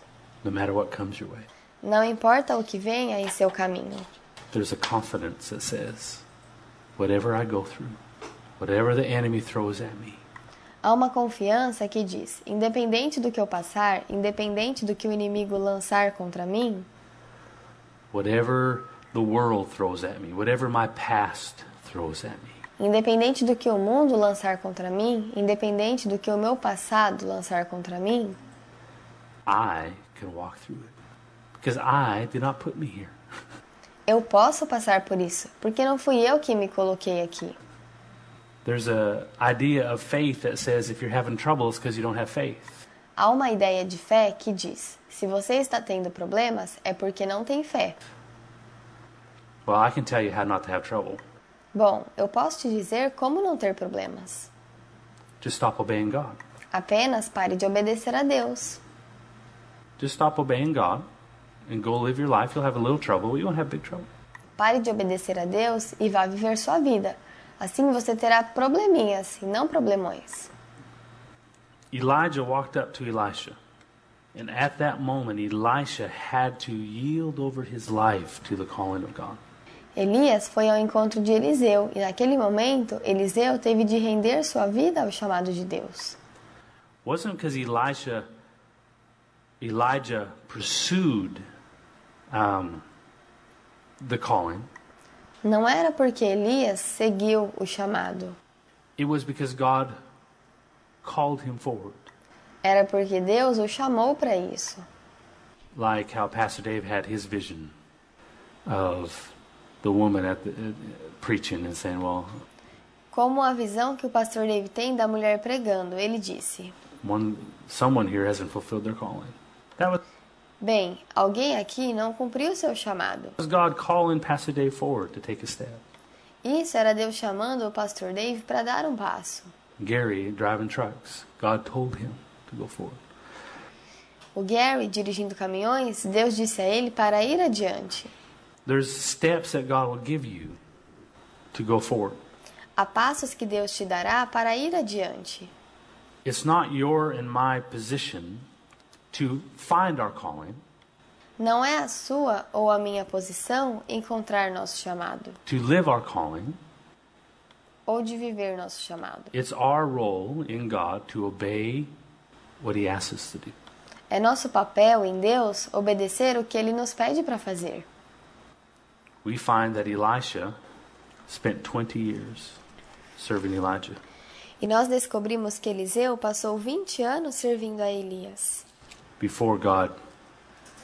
[SPEAKER 2] no matter what comes your way.
[SPEAKER 1] Não importa o que venha em seu caminho,
[SPEAKER 2] there's a confidence that says, whatever I go through, whatever the enemy throws at me,
[SPEAKER 1] há uma confiança que diz: independente do que eu passar, independente do que o inimigo lançar contra mim,
[SPEAKER 2] whatever the world throws at me, whatever my past throws at me,
[SPEAKER 1] independente do que o mundo lançar contra mim, independente do que o meu passado lançar contra mim,
[SPEAKER 2] I can walk through it. Because I did not put me here.
[SPEAKER 1] eu posso passar por isso, porque não fui eu que me coloquei aqui.
[SPEAKER 2] There's a idea of faith that says if you're having trouble, it's because you don't have faith.
[SPEAKER 1] Há uma ideia de fé que diz: se você está tendo problemas, é porque não tem fé.
[SPEAKER 2] Well, I can tell you how not to have trouble.
[SPEAKER 1] Bom, eu posso te dizer como não ter problemas.
[SPEAKER 2] Just stop obeying God.
[SPEAKER 1] Apenas pare de obedecer a Deus.
[SPEAKER 2] Just stop obeying God and go live your life. You'll have a little trouble, but you won't have big trouble.
[SPEAKER 1] Pare de obedecer a Deus e vá viver sua vida. Assim você terá probleminhas e não problemões.
[SPEAKER 2] Elijah walked up to Elisha. And at that moment, Elisha had to yield over his life to the calling of God.
[SPEAKER 1] Elias foi ao encontro de Eliseu e naquele momento Eliseu teve de render sua vida ao chamado de Deus.
[SPEAKER 2] wasn't because Elisha, Elijah pursued um, the calling.
[SPEAKER 1] Não era porque Elias seguiu o chamado,
[SPEAKER 2] It was because God called him forward.
[SPEAKER 1] era porque Deus o chamou para isso.
[SPEAKER 2] Like how Pastor Dave had his vision of the woman at the, uh, preaching and saying, well,
[SPEAKER 1] Como a visão que o pastor David tem da mulher pregando, ele disse:
[SPEAKER 2] one, someone here hasn't fulfilled their calling. That was
[SPEAKER 1] Bem, alguém aqui não cumpriu seu chamado.
[SPEAKER 2] was God calling Pastor Dave forward to take a step.
[SPEAKER 1] Isso era Deus chamando o pastor Dave para dar um passo.
[SPEAKER 2] Gary driving trucks, God told him to go forward.
[SPEAKER 1] O Gary, dirigindo caminhões, Deus disse a ele para ir adiante.
[SPEAKER 2] There's steps that God will give you to go forward.
[SPEAKER 1] Há passos que Deus te dará para ir adiante.
[SPEAKER 2] It's not your and my position to find our calling,
[SPEAKER 1] Não é a sua ou a minha posição encontrar nosso chamado
[SPEAKER 2] to live our calling.
[SPEAKER 1] ou de viver nosso chamado.
[SPEAKER 2] It's our role in God to obey what He asks us to do.
[SPEAKER 1] É nosso papel em Deus obedecer o que ele nos pede para fazer.
[SPEAKER 2] We find that Elisha spent 20 years serving Elijah.
[SPEAKER 1] E nós descobrimos que Eliseu passou 20 anos servindo a Elias,
[SPEAKER 2] before God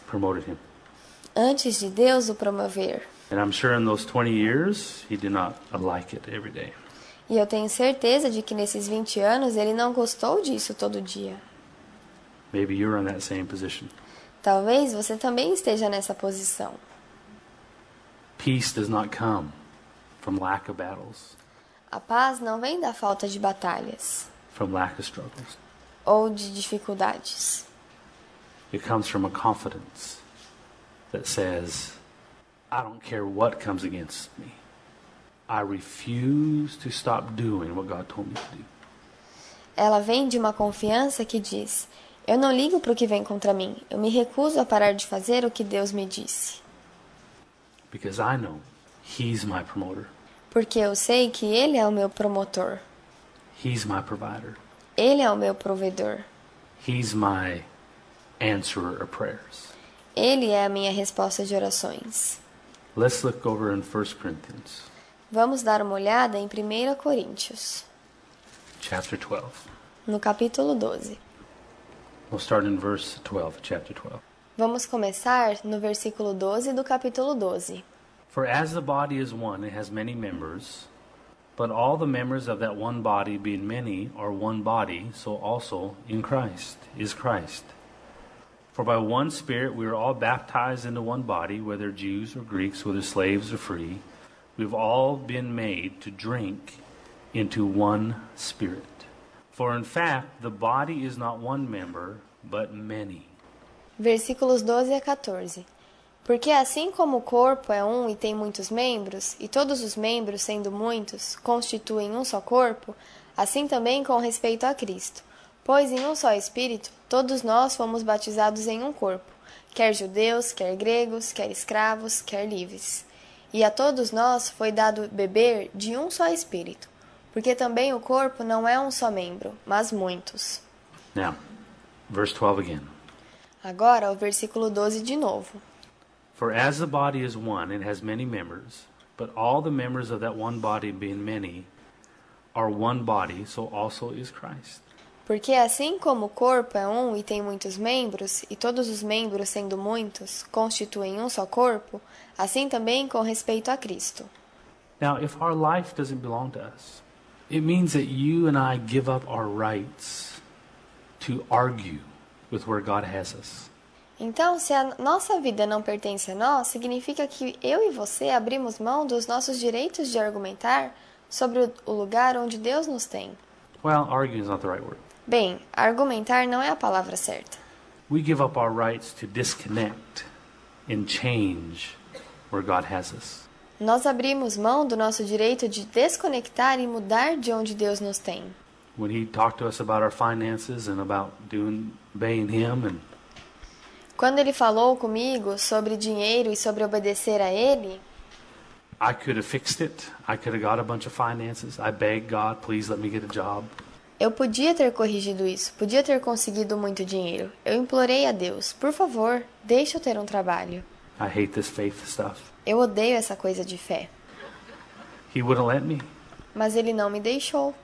[SPEAKER 2] promoted him.
[SPEAKER 1] antes de Deus o promover.
[SPEAKER 2] And I'm sure in those 20 years, he did not like it every day.
[SPEAKER 1] E eu tenho certeza de que nesses 20 anos ele não gostou disso todo dia.
[SPEAKER 2] Maybe you're in that same position.
[SPEAKER 1] Talvez você também esteja nessa posição.
[SPEAKER 2] Peace does not come from lack of battles.
[SPEAKER 1] A paz não vem da falta de batalhas.
[SPEAKER 2] from lack of struggles.
[SPEAKER 1] ou de dificuldades.
[SPEAKER 2] It comes from a confidence that says, I don't care what comes against me. I refuse to stop doing what God told me to do.
[SPEAKER 1] Ela vem de uma confiança que diz: Eu não ligo para o que vem contra mim, eu me recuso a parar de fazer o que Deus me disse,
[SPEAKER 2] Because I know He's my promoter,
[SPEAKER 1] porque eu sei que Ele é o meu promotor,
[SPEAKER 2] He's my provider,
[SPEAKER 1] Ele é o meu provedor,
[SPEAKER 2] He's my answerer of prayers.
[SPEAKER 1] Ele é a minha resposta de orações.
[SPEAKER 2] Let's look over in 1 Corinthians
[SPEAKER 1] Vamos dar uma olhada em 1 Coríntios,
[SPEAKER 2] chapter 12.
[SPEAKER 1] no capítulo 12.
[SPEAKER 2] We'll start in verse 12, chapter 12.
[SPEAKER 1] Vamos começar no versículo 12 do capítulo 12.
[SPEAKER 2] For as the body is one, it has many members, but all the members of that one body, being many, are one body, so also in Christ is Christ. For by one Spirit we are all baptized into one body, whether Jews or Greeks, whether slaves or free. We've all been made to drink into one Spirit. For in fact, the body is not one member, but many.
[SPEAKER 1] Versículos 12 a 14. Porque assim como o corpo é um e tem muitos membros, e todos os membros, sendo muitos, constituem um só corpo, assim também com respeito a Cristo. Pois em um só Espírito, todos nós fomos batizados em um corpo, quer judeus, quer gregos, quer escravos, quer livres. E a todos nós foi dado beber de um só Espírito, porque também o corpo não é um só membro, mas muitos.
[SPEAKER 2] Now, verse 12 again.
[SPEAKER 1] Agora o versículo 12 de novo.
[SPEAKER 2] For as the body is one and has many members, but all the members of that one body, being many, are one body, so also is Christ.
[SPEAKER 1] Porque assim como o corpo é um e tem muitos membros, e todos os membros, sendo muitos, constituem um só corpo, assim também com respeito a Cristo.
[SPEAKER 2] Now, if our life doesn't belong to us, it means that you and I give up our rights to argue with where God has us.
[SPEAKER 1] Então, se a nossa vida não pertence a nós, significa que eu e você abrimos mão dos nossos direitos de argumentar sobre o- o lugar onde Deus nos tem.
[SPEAKER 2] Well, arguing is not the right word.
[SPEAKER 1] Bem, argumentar não é a palavra certa.
[SPEAKER 2] We give up our rights to disconnect and change where God has us.
[SPEAKER 1] Nós abrimos mão do nosso direito de desconectar e mudar de onde Deus nos tem.
[SPEAKER 2] When He talked to us about our finances and about doing obeying Him and
[SPEAKER 1] Quando ele falou comigo sobre dinheiro e sobre obedecer a ele,
[SPEAKER 2] I could have fixed it. I could have got a bunch of finances. I begged God, please let me get a job.
[SPEAKER 1] eu podia ter corrigido isso, podia ter conseguido muito dinheiro. Eu implorei a Deus, por favor, deixa eu ter um trabalho.
[SPEAKER 2] I hate this faith stuff.
[SPEAKER 1] Eu odeio essa coisa de fé.
[SPEAKER 2] He wouldn't let me.
[SPEAKER 1] Mas ele não me deixou.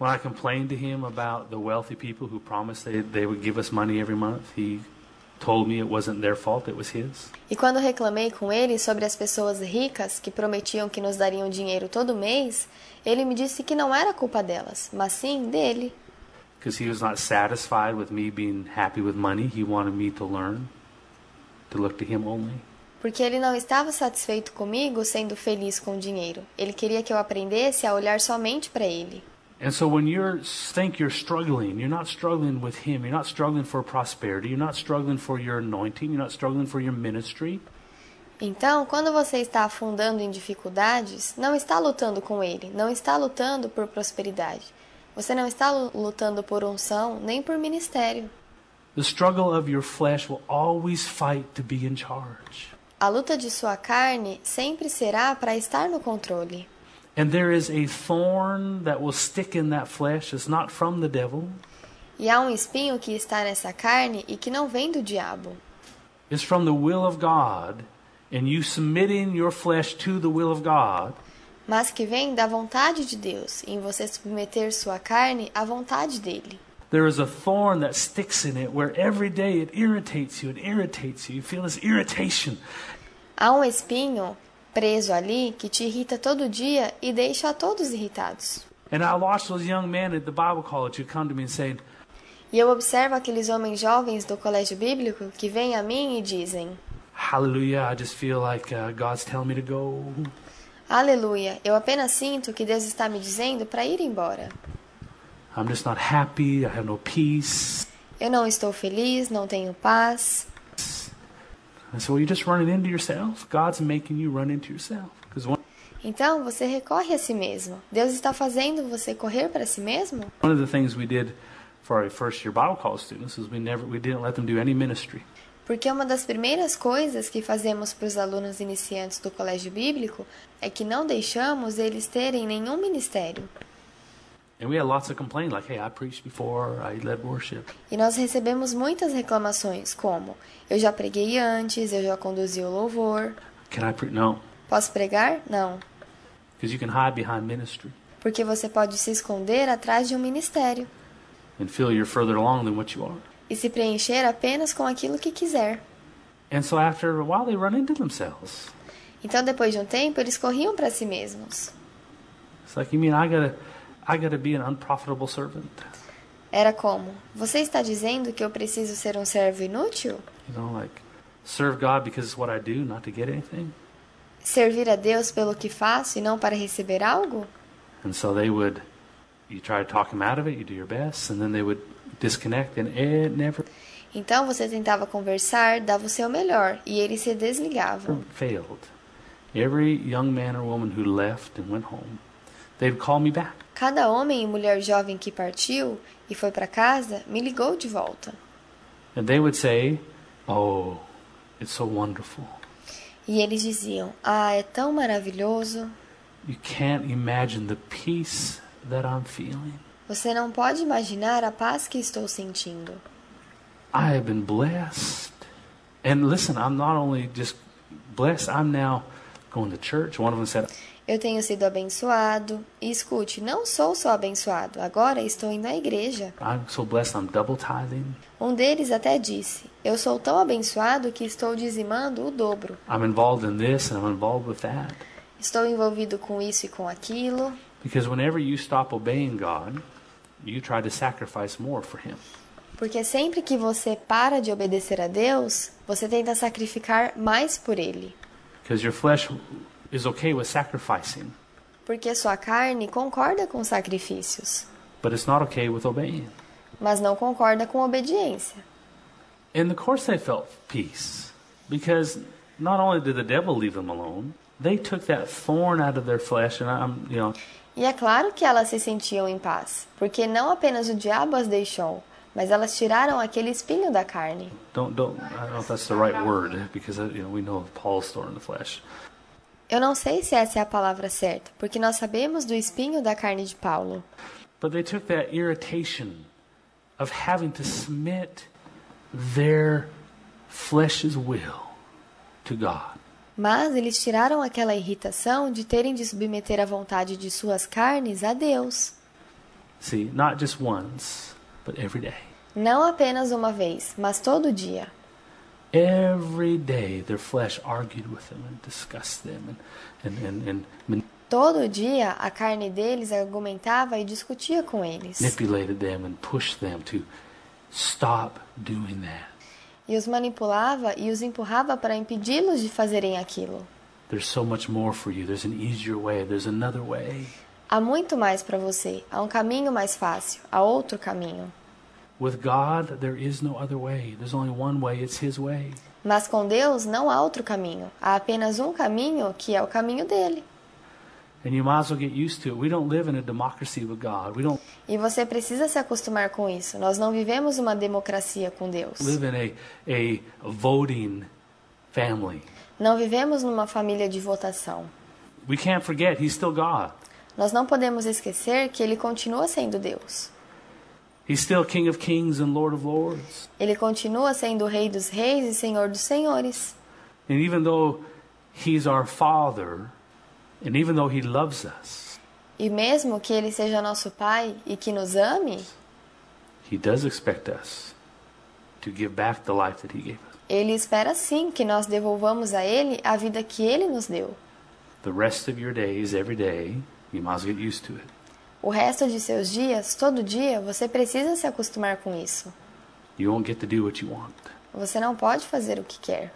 [SPEAKER 2] When I complained to him about the wealthy people who promised they, they would give us money every month, he told me it wasn't their fault, it was his.
[SPEAKER 1] E quando reclamei com ele sobre as pessoas ricas que prometiam que nos dariam dinheiro todo mês, ele me disse que não era culpa delas, mas sim dele.
[SPEAKER 2] Because he was not satisfied with me being happy with money. He wanted me to learn to look to him only.
[SPEAKER 1] Porque ele não estava satisfeito comigo sendo feliz com o dinheiro. Ele queria que eu aprendesse a olhar somente para ele.
[SPEAKER 2] And so when you think you're struggling, you're not struggling with him. You're not struggling for prosperity. You're not struggling for your anointing. You're not struggling for your ministry.
[SPEAKER 1] Então, quando você está afundando em dificuldades, não está lutando com ele, não está lutando por prosperidade. Você não está lu- lutando por unção nem por ministério.
[SPEAKER 2] The struggle of your flesh will always fight to be in charge.
[SPEAKER 1] A luta de sua carne sempre será para estar no controle.
[SPEAKER 2] And there is a thorn that will stick in that flesh. It's not from the devil,
[SPEAKER 1] E há um espinho que está nessa carne e que não vem do diabo.
[SPEAKER 2] it's from the will of God. And you submitting your flesh to the will of God
[SPEAKER 1] mas que vem da vontade de Deus, em você submeter sua carne à vontade dele.
[SPEAKER 2] There is a thorn that sticks in it where every day it irritates you and irritates you. You feel this irritation.
[SPEAKER 1] Há um espinho preso ali que te irrita todo dia e deixa a todos irritados.
[SPEAKER 2] And I watch those young men at the Bible college who come to me and say,
[SPEAKER 1] E eu observo aqueles homens jovens do colégio bíblico que vêm a mim e dizem:
[SPEAKER 2] Hallelujah, I just feel like uh, God's telling me to go.
[SPEAKER 1] Aleluia, eu apenas sinto que Deus está me dizendo para ir embora.
[SPEAKER 2] I'm just not happy. I have no peace.
[SPEAKER 1] Eu não estou feliz, não tenho paz.
[SPEAKER 2] And so you're just running into yourself. God's making you run into yourself. Because one,
[SPEAKER 1] Então você recorre a si mesmo. Deus está fazendo você correr para si mesmo?
[SPEAKER 2] one of the things we did for our first year Bible college students is we never we didn't let them do any ministry.
[SPEAKER 1] Porque uma das primeiras coisas que fazemos para os alunos iniciantes do colégio bíblico é que não deixamos eles terem nenhum ministério.
[SPEAKER 2] And we had lots of complaints like, hey, I preached before, I led worship.
[SPEAKER 1] E nós recebemos muitas reclamações, como: eu já preguei antes, eu já conduzi o louvor.
[SPEAKER 2] Can I preach? No,
[SPEAKER 1] Posso pregar? Não.
[SPEAKER 2] because you can hide behind ministry
[SPEAKER 1] Porque você pode se esconder atrás de um ministério
[SPEAKER 2] and feel you're further along than what you are.
[SPEAKER 1] e se preencher apenas com aquilo que quiser.
[SPEAKER 2] And so after a while, they run into themselves.
[SPEAKER 1] Então, depois de um tempo, eles corriam para si mesmos.
[SPEAKER 2] It's like, you mean I gotta, I gotta be an unprofitable servant?
[SPEAKER 1] Era como: Você está dizendo que eu preciso ser um servo inútil?
[SPEAKER 2] You know, like serve God because it's what I do, not to get anything.
[SPEAKER 1] Servir a Deus pelo que faço e não para receber algo?
[SPEAKER 2] And so they would, you try to talk them out of it, you do your best, and then they would disconnect, and it never
[SPEAKER 1] Então você tentava conversar, dava o seu melhor e eles se desligavam.
[SPEAKER 2] failed. Every young man or woman who left and went home, they'd call me back.
[SPEAKER 1] Cada homem e mulher jovem que partiu e foi para casa me ligou de volta.
[SPEAKER 2] And they would say, Oh, it's so wonderful.
[SPEAKER 1] E eles diziam: Ah, é tão maravilhoso.
[SPEAKER 2] You can't imagine the peace that I'm feeling.
[SPEAKER 1] Você não pode imaginar a paz que estou sentindo.
[SPEAKER 2] I have been blessed. And listen, I'm not only just blessed, I'm now going to church. One of them said,
[SPEAKER 1] Eu tenho sido abençoado. E escute, não sou só abençoado, agora estou indo à igreja.
[SPEAKER 2] I'm so blessed, I'm double tithing.
[SPEAKER 1] Um deles até disse: Eu sou tão abençoado que estou dizimando o dobro.
[SPEAKER 2] I'm involved in this and I'm involved with that.
[SPEAKER 1] Estou envolvido com isso e com aquilo.
[SPEAKER 2] Because whenever you stop obeying God, you try to sacrifice more for Him.
[SPEAKER 1] Porque sempre que você para de obedecer a Deus, você tenta sacrificar mais por Ele.
[SPEAKER 2] Because your flesh is okay with sacrificing,
[SPEAKER 1] Porque sua carne concorda com sacrifícios,
[SPEAKER 2] but it's not okay with obeying.
[SPEAKER 1] mas não concorda com obediência.
[SPEAKER 2] In the course, they felt peace because not only did the devil leave them alone, they took that thorn out of their flesh, and I'm, you know,
[SPEAKER 1] E é claro que elas se sentiam em paz, porque não apenas o diabo as deixou, mas elas tiraram aquele espinho da carne.
[SPEAKER 2] don't don't I don't know if that's the right word because uh, you know we know of Paul's thorn in the flesh,
[SPEAKER 1] Eu não sei se essa é a palavra certa, porque nós sabemos do espinho da carne de Paulo.
[SPEAKER 2] but they took that irritation of having to submit their flesh's will to God.
[SPEAKER 1] Mas eles tiraram aquela irritação de terem de submeter a vontade de suas carnes a Deus.
[SPEAKER 2] See, not just once, but every day.
[SPEAKER 1] Não apenas uma vez, mas todo dia.
[SPEAKER 2] Every day, their flesh argued with them and discussed them, and and and. and
[SPEAKER 1] Todo dia a carne deles argumentava e discutia com eles.
[SPEAKER 2] manipulated them and pushed them to stop doing that.
[SPEAKER 1] E os manipulava e os empurrava para impedi-los de fazerem aquilo.
[SPEAKER 2] There's so much more for you. There's an easier way. There's another way.
[SPEAKER 1] Há muito mais para você, há um caminho mais fácil, há outro caminho.
[SPEAKER 2] With God, there is no other way. There's only one way. It's His way.
[SPEAKER 1] Mas com Deus não há outro caminho, há apenas um caminho que é o caminho dele.
[SPEAKER 2] And you might as well get used to it. We don't live in a democracy with God. We don't
[SPEAKER 1] E você precisa se acostumar com isso. Nós não vivemos uma democracia com Deus.
[SPEAKER 2] live in a, a voting family.
[SPEAKER 1] Não vivemos numa família de votação.
[SPEAKER 2] We can't forget He's still God.
[SPEAKER 1] Nós não podemos esquecer que ele continua sendo Deus.
[SPEAKER 2] He's still King of Kings and Lord of Lords.
[SPEAKER 1] Ele continua sendo o Rei dos Reis e Senhor dos Senhores.
[SPEAKER 2] And even though He's our Father, and even though He loves us,
[SPEAKER 1] E mesmo que ele seja nosso Pai e que nos ame,
[SPEAKER 2] He does expect us to give back the life that He gave us.
[SPEAKER 1] ele espera sim que nós devolvamos a ele a vida que ele nos deu.
[SPEAKER 2] The rest of your days, every day, you might as well get used to it.
[SPEAKER 1] O resto de seus dias, todo dia, você precisa se acostumar com isso.
[SPEAKER 2] You won't get to do what you want.
[SPEAKER 1] Você não pode fazer o que quer.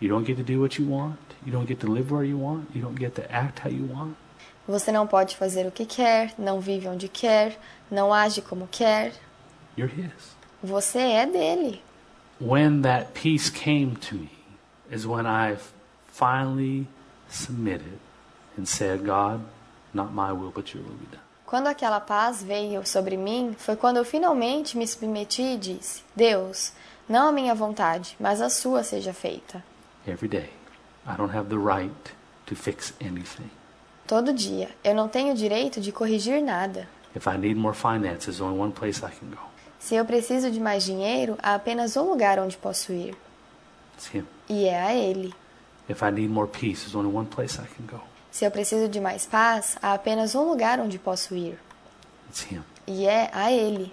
[SPEAKER 2] You don't get to do what you want. You don't get to live where you want. You don't get to act how you want.
[SPEAKER 1] Você não pode fazer o que quer, não vive onde quer, não age como quer.
[SPEAKER 2] You're His.
[SPEAKER 1] Você é dele.
[SPEAKER 2] When that peace came to me is when I finally submitted and said, God, not my will, but your will be done.
[SPEAKER 1] Quando aquela paz veio sobre mim, foi quando eu finalmente me submeti e disse: Deus, não a minha vontade, mas a sua seja feita.
[SPEAKER 2] Every day, I don't have the right to fix anything.
[SPEAKER 1] Todo dia, eu não tenho direito de corrigir nada.
[SPEAKER 2] If I need more finance, there's only one place I can go.
[SPEAKER 1] Se eu preciso de mais dinheiro, há apenas um lugar onde posso ir,
[SPEAKER 2] It's Him.
[SPEAKER 1] e é a Ele.
[SPEAKER 2] If I need more peace, there's only one place I can go.
[SPEAKER 1] Se eu preciso de mais paz, há apenas um lugar onde posso ir,
[SPEAKER 2] It's Him.
[SPEAKER 1] e é a Ele.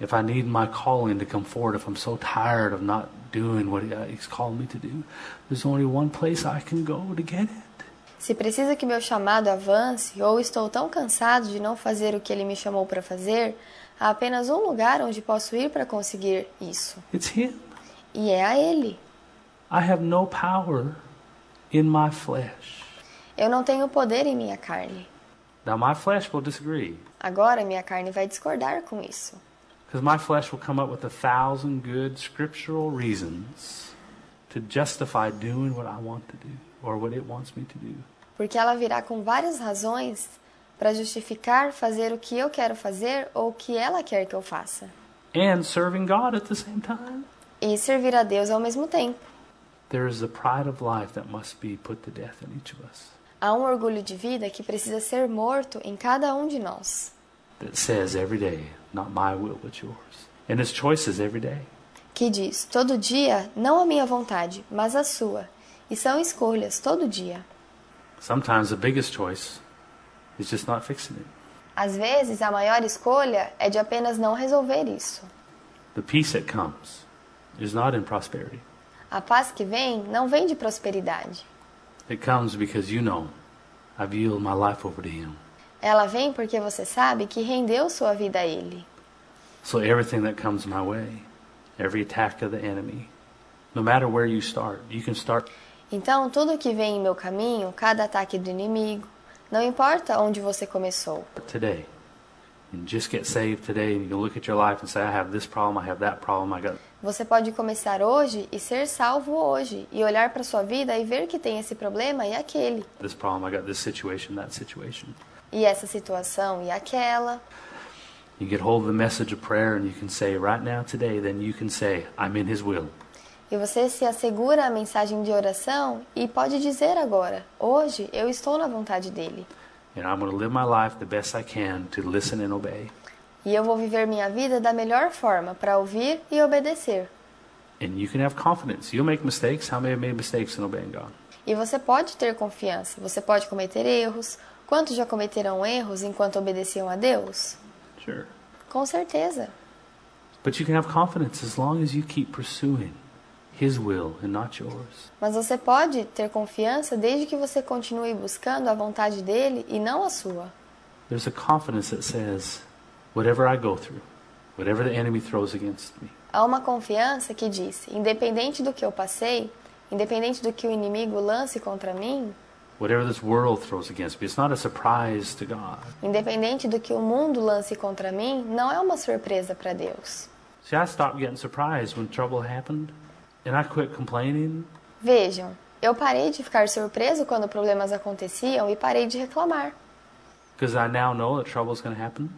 [SPEAKER 2] If I need my calling to come forward, if I'm so tired of not doing what uh, He's called me to do, there's only one place I can go to get it.
[SPEAKER 1] Se precisa que meu chamado avance, ou estou tão cansado de não fazer o que Ele me chamou para fazer, há apenas um lugar onde posso ir para conseguir isso,
[SPEAKER 2] It's Him.
[SPEAKER 1] e é a Ele.
[SPEAKER 2] I have no power in my flesh.
[SPEAKER 1] Eu não tenho poder em minha carne.
[SPEAKER 2] Now, my flesh will disagree
[SPEAKER 1] Agora minha carne vai discordar com isso.
[SPEAKER 2] because my flesh will come up with a thousand good scriptural reasons to justify doing what I want to do or what it wants me to do.
[SPEAKER 1] porque ela virá com várias razões para justificar fazer o que eu quero fazer ou o que ela quer que eu faça.
[SPEAKER 2] And serving God at the same time.
[SPEAKER 1] E servir a Deus ao mesmo tempo.
[SPEAKER 2] There is the pride of life that must be put to death in each of us
[SPEAKER 1] Há um orgulho de vida que precisa ser morto em cada um de nós,
[SPEAKER 2] that says every day, not my will, but yours. And it's choices every day.
[SPEAKER 1] que diz: todo dia, não a minha vontade, mas a sua. E são escolhas todo dia.
[SPEAKER 2] Sometimes the biggest choice is just not fixing it.
[SPEAKER 1] Às vezes, a maior escolha é de apenas não resolver isso.
[SPEAKER 2] The peace that comes is not in prosperity.
[SPEAKER 1] A paz que vem não vem de prosperidade.
[SPEAKER 2] It comes because you know I've yielded my life over to Him.
[SPEAKER 1] Ela vem porque você sabe que rendeu sua vida a Ele.
[SPEAKER 2] So everything that comes my way, every attack of the enemy, no matter where you start, you can start
[SPEAKER 1] Então, tudo que vem em meu caminho, cada ataque do inimigo, não importa onde você começou,
[SPEAKER 2] today and just get saved today. And you can look at your life and say, I have this problem, I have that problem, I got.
[SPEAKER 1] você pode começar hoje e ser salvo hoje, e olhar para sua vida e ver que tem esse problema e aquele,
[SPEAKER 2] This problem, I got this situation, that situation.
[SPEAKER 1] e essa situação e aquela.
[SPEAKER 2] You get hold of the message of prayer and you can say, right now, today, then you can say, I'm in His will.
[SPEAKER 1] E você se assegura a mensagem de oração e pode dizer agora: hoje eu estou na vontade dele,
[SPEAKER 2] And I'm going to live my life the best I can to listen and obey.
[SPEAKER 1] e eu vou viver minha vida da melhor forma para ouvir e obedecer.
[SPEAKER 2] And you can have confidence. You'll make mistakes. How many have made mistakes in obeying God?
[SPEAKER 1] E você pode ter confiança, você pode cometer erros. Quantos já cometeram erros enquanto obedeciam a Deus?
[SPEAKER 2] Sure.
[SPEAKER 1] Com certeza.
[SPEAKER 2] But you can have confidence as long as you keep pursuing His will and not yours.
[SPEAKER 1] Mas você pode ter confiança desde que você continue buscando a vontade dele e não a sua.
[SPEAKER 2] There's a confidence that says, whatever I go through, whatever the enemy throws against me,
[SPEAKER 1] Há uma confiança que diz: independente do que eu passei, independente do que o inimigo lance contra mim,
[SPEAKER 2] whatever this world throws against me, it's not a surprise to God.
[SPEAKER 1] independente do que o mundo lance contra mim, não é uma surpresa para Deus.
[SPEAKER 2] See, I stopped getting surprised when trouble happened, and I quit complaining.
[SPEAKER 1] Vejam, eu parei de ficar surpreso quando problemas aconteciam e parei de reclamar.
[SPEAKER 2] Because I now know that trouble's going to happen.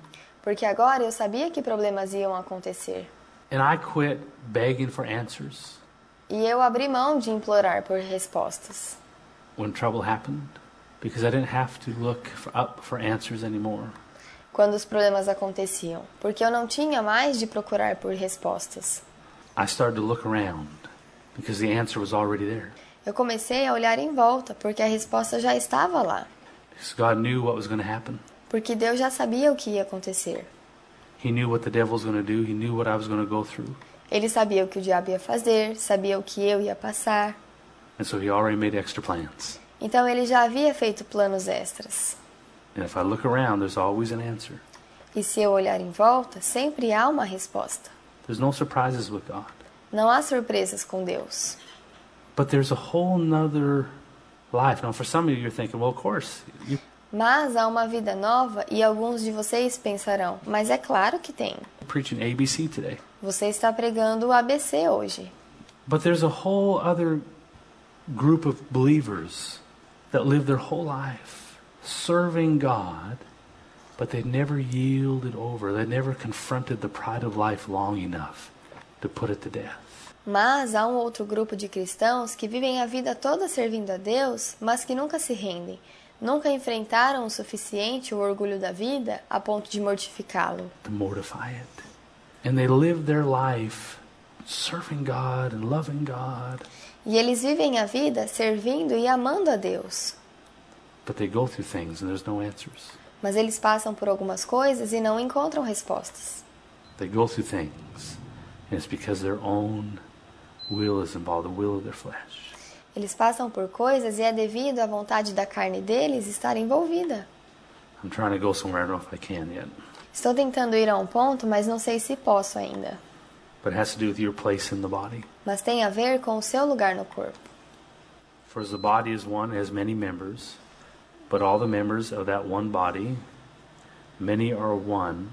[SPEAKER 1] porque agora eu sabia que problemas iam acontecer.
[SPEAKER 2] And I quit begging for answers
[SPEAKER 1] E eu abri mão de implorar por respostas,
[SPEAKER 2] when trouble happened because I didn't have to look for, up for answers anymore.
[SPEAKER 1] quando os problemas aconteciam, porque eu não tinha mais de procurar por respostas.
[SPEAKER 2] I started to look around because the answer was already there.
[SPEAKER 1] Eu comecei a olhar em volta, porque a resposta já estava lá,
[SPEAKER 2] Because God knew what was going to happen.
[SPEAKER 1] porque Deus já sabia o que ia acontecer.
[SPEAKER 2] He knew what the devil was going to do. He knew what I was going to go through.
[SPEAKER 1] Ele sabia o que o diabo ia fazer, sabia o que eu ia passar.
[SPEAKER 2] And so he already made extra plans.
[SPEAKER 1] Então ele já havia feito planos extras.
[SPEAKER 2] And if I look around, there's always an answer.
[SPEAKER 1] E se eu olhar em volta, sempre há uma resposta.
[SPEAKER 2] There's no surprises with God.
[SPEAKER 1] Não há surpresas com Deus.
[SPEAKER 2] But there's a whole nother life. Now, for some of you, you're thinking, well, of course. You,
[SPEAKER 1] Mas há uma vida nova e alguns de vocês pensarão: mas é claro que tem.
[SPEAKER 2] Preaching ABC today.
[SPEAKER 1] Você está pregando o ABC hoje.
[SPEAKER 2] But there's a whole other group of believers that live their whole life serving God, but they never yielded over. They never confronted the pride of life long enough to put it to death.
[SPEAKER 1] Mas há um outro grupo de cristãos que vivem a vida toda servindo a Deus, mas que nunca se rendem, nunca enfrentaram o suficiente o orgulho da vida a ponto de mortificá-lo.
[SPEAKER 2] to mortify it. And they live their life serving God and loving God,
[SPEAKER 1] E eles vivem a vida servindo e amando a Deus,
[SPEAKER 2] but they go through things and there's no answers.
[SPEAKER 1] mas eles passam por algumas coisas e não encontram respostas.
[SPEAKER 2] They go through things, and it's because their own will is involved, the will of their flesh.
[SPEAKER 1] Eles passam por coisas e é devido à vontade da carne deles estar envolvida.
[SPEAKER 2] I'm trying to go somewhere, I don't know if I can yet,
[SPEAKER 1] Estou tentando ir a um ponto, mas não sei se posso ainda.
[SPEAKER 2] but it has to do with your place in the body.
[SPEAKER 1] Mas tem a ver com o seu lugar no corpo.
[SPEAKER 2] For as the body is one, it has many members, but all the members of that one body, many are one,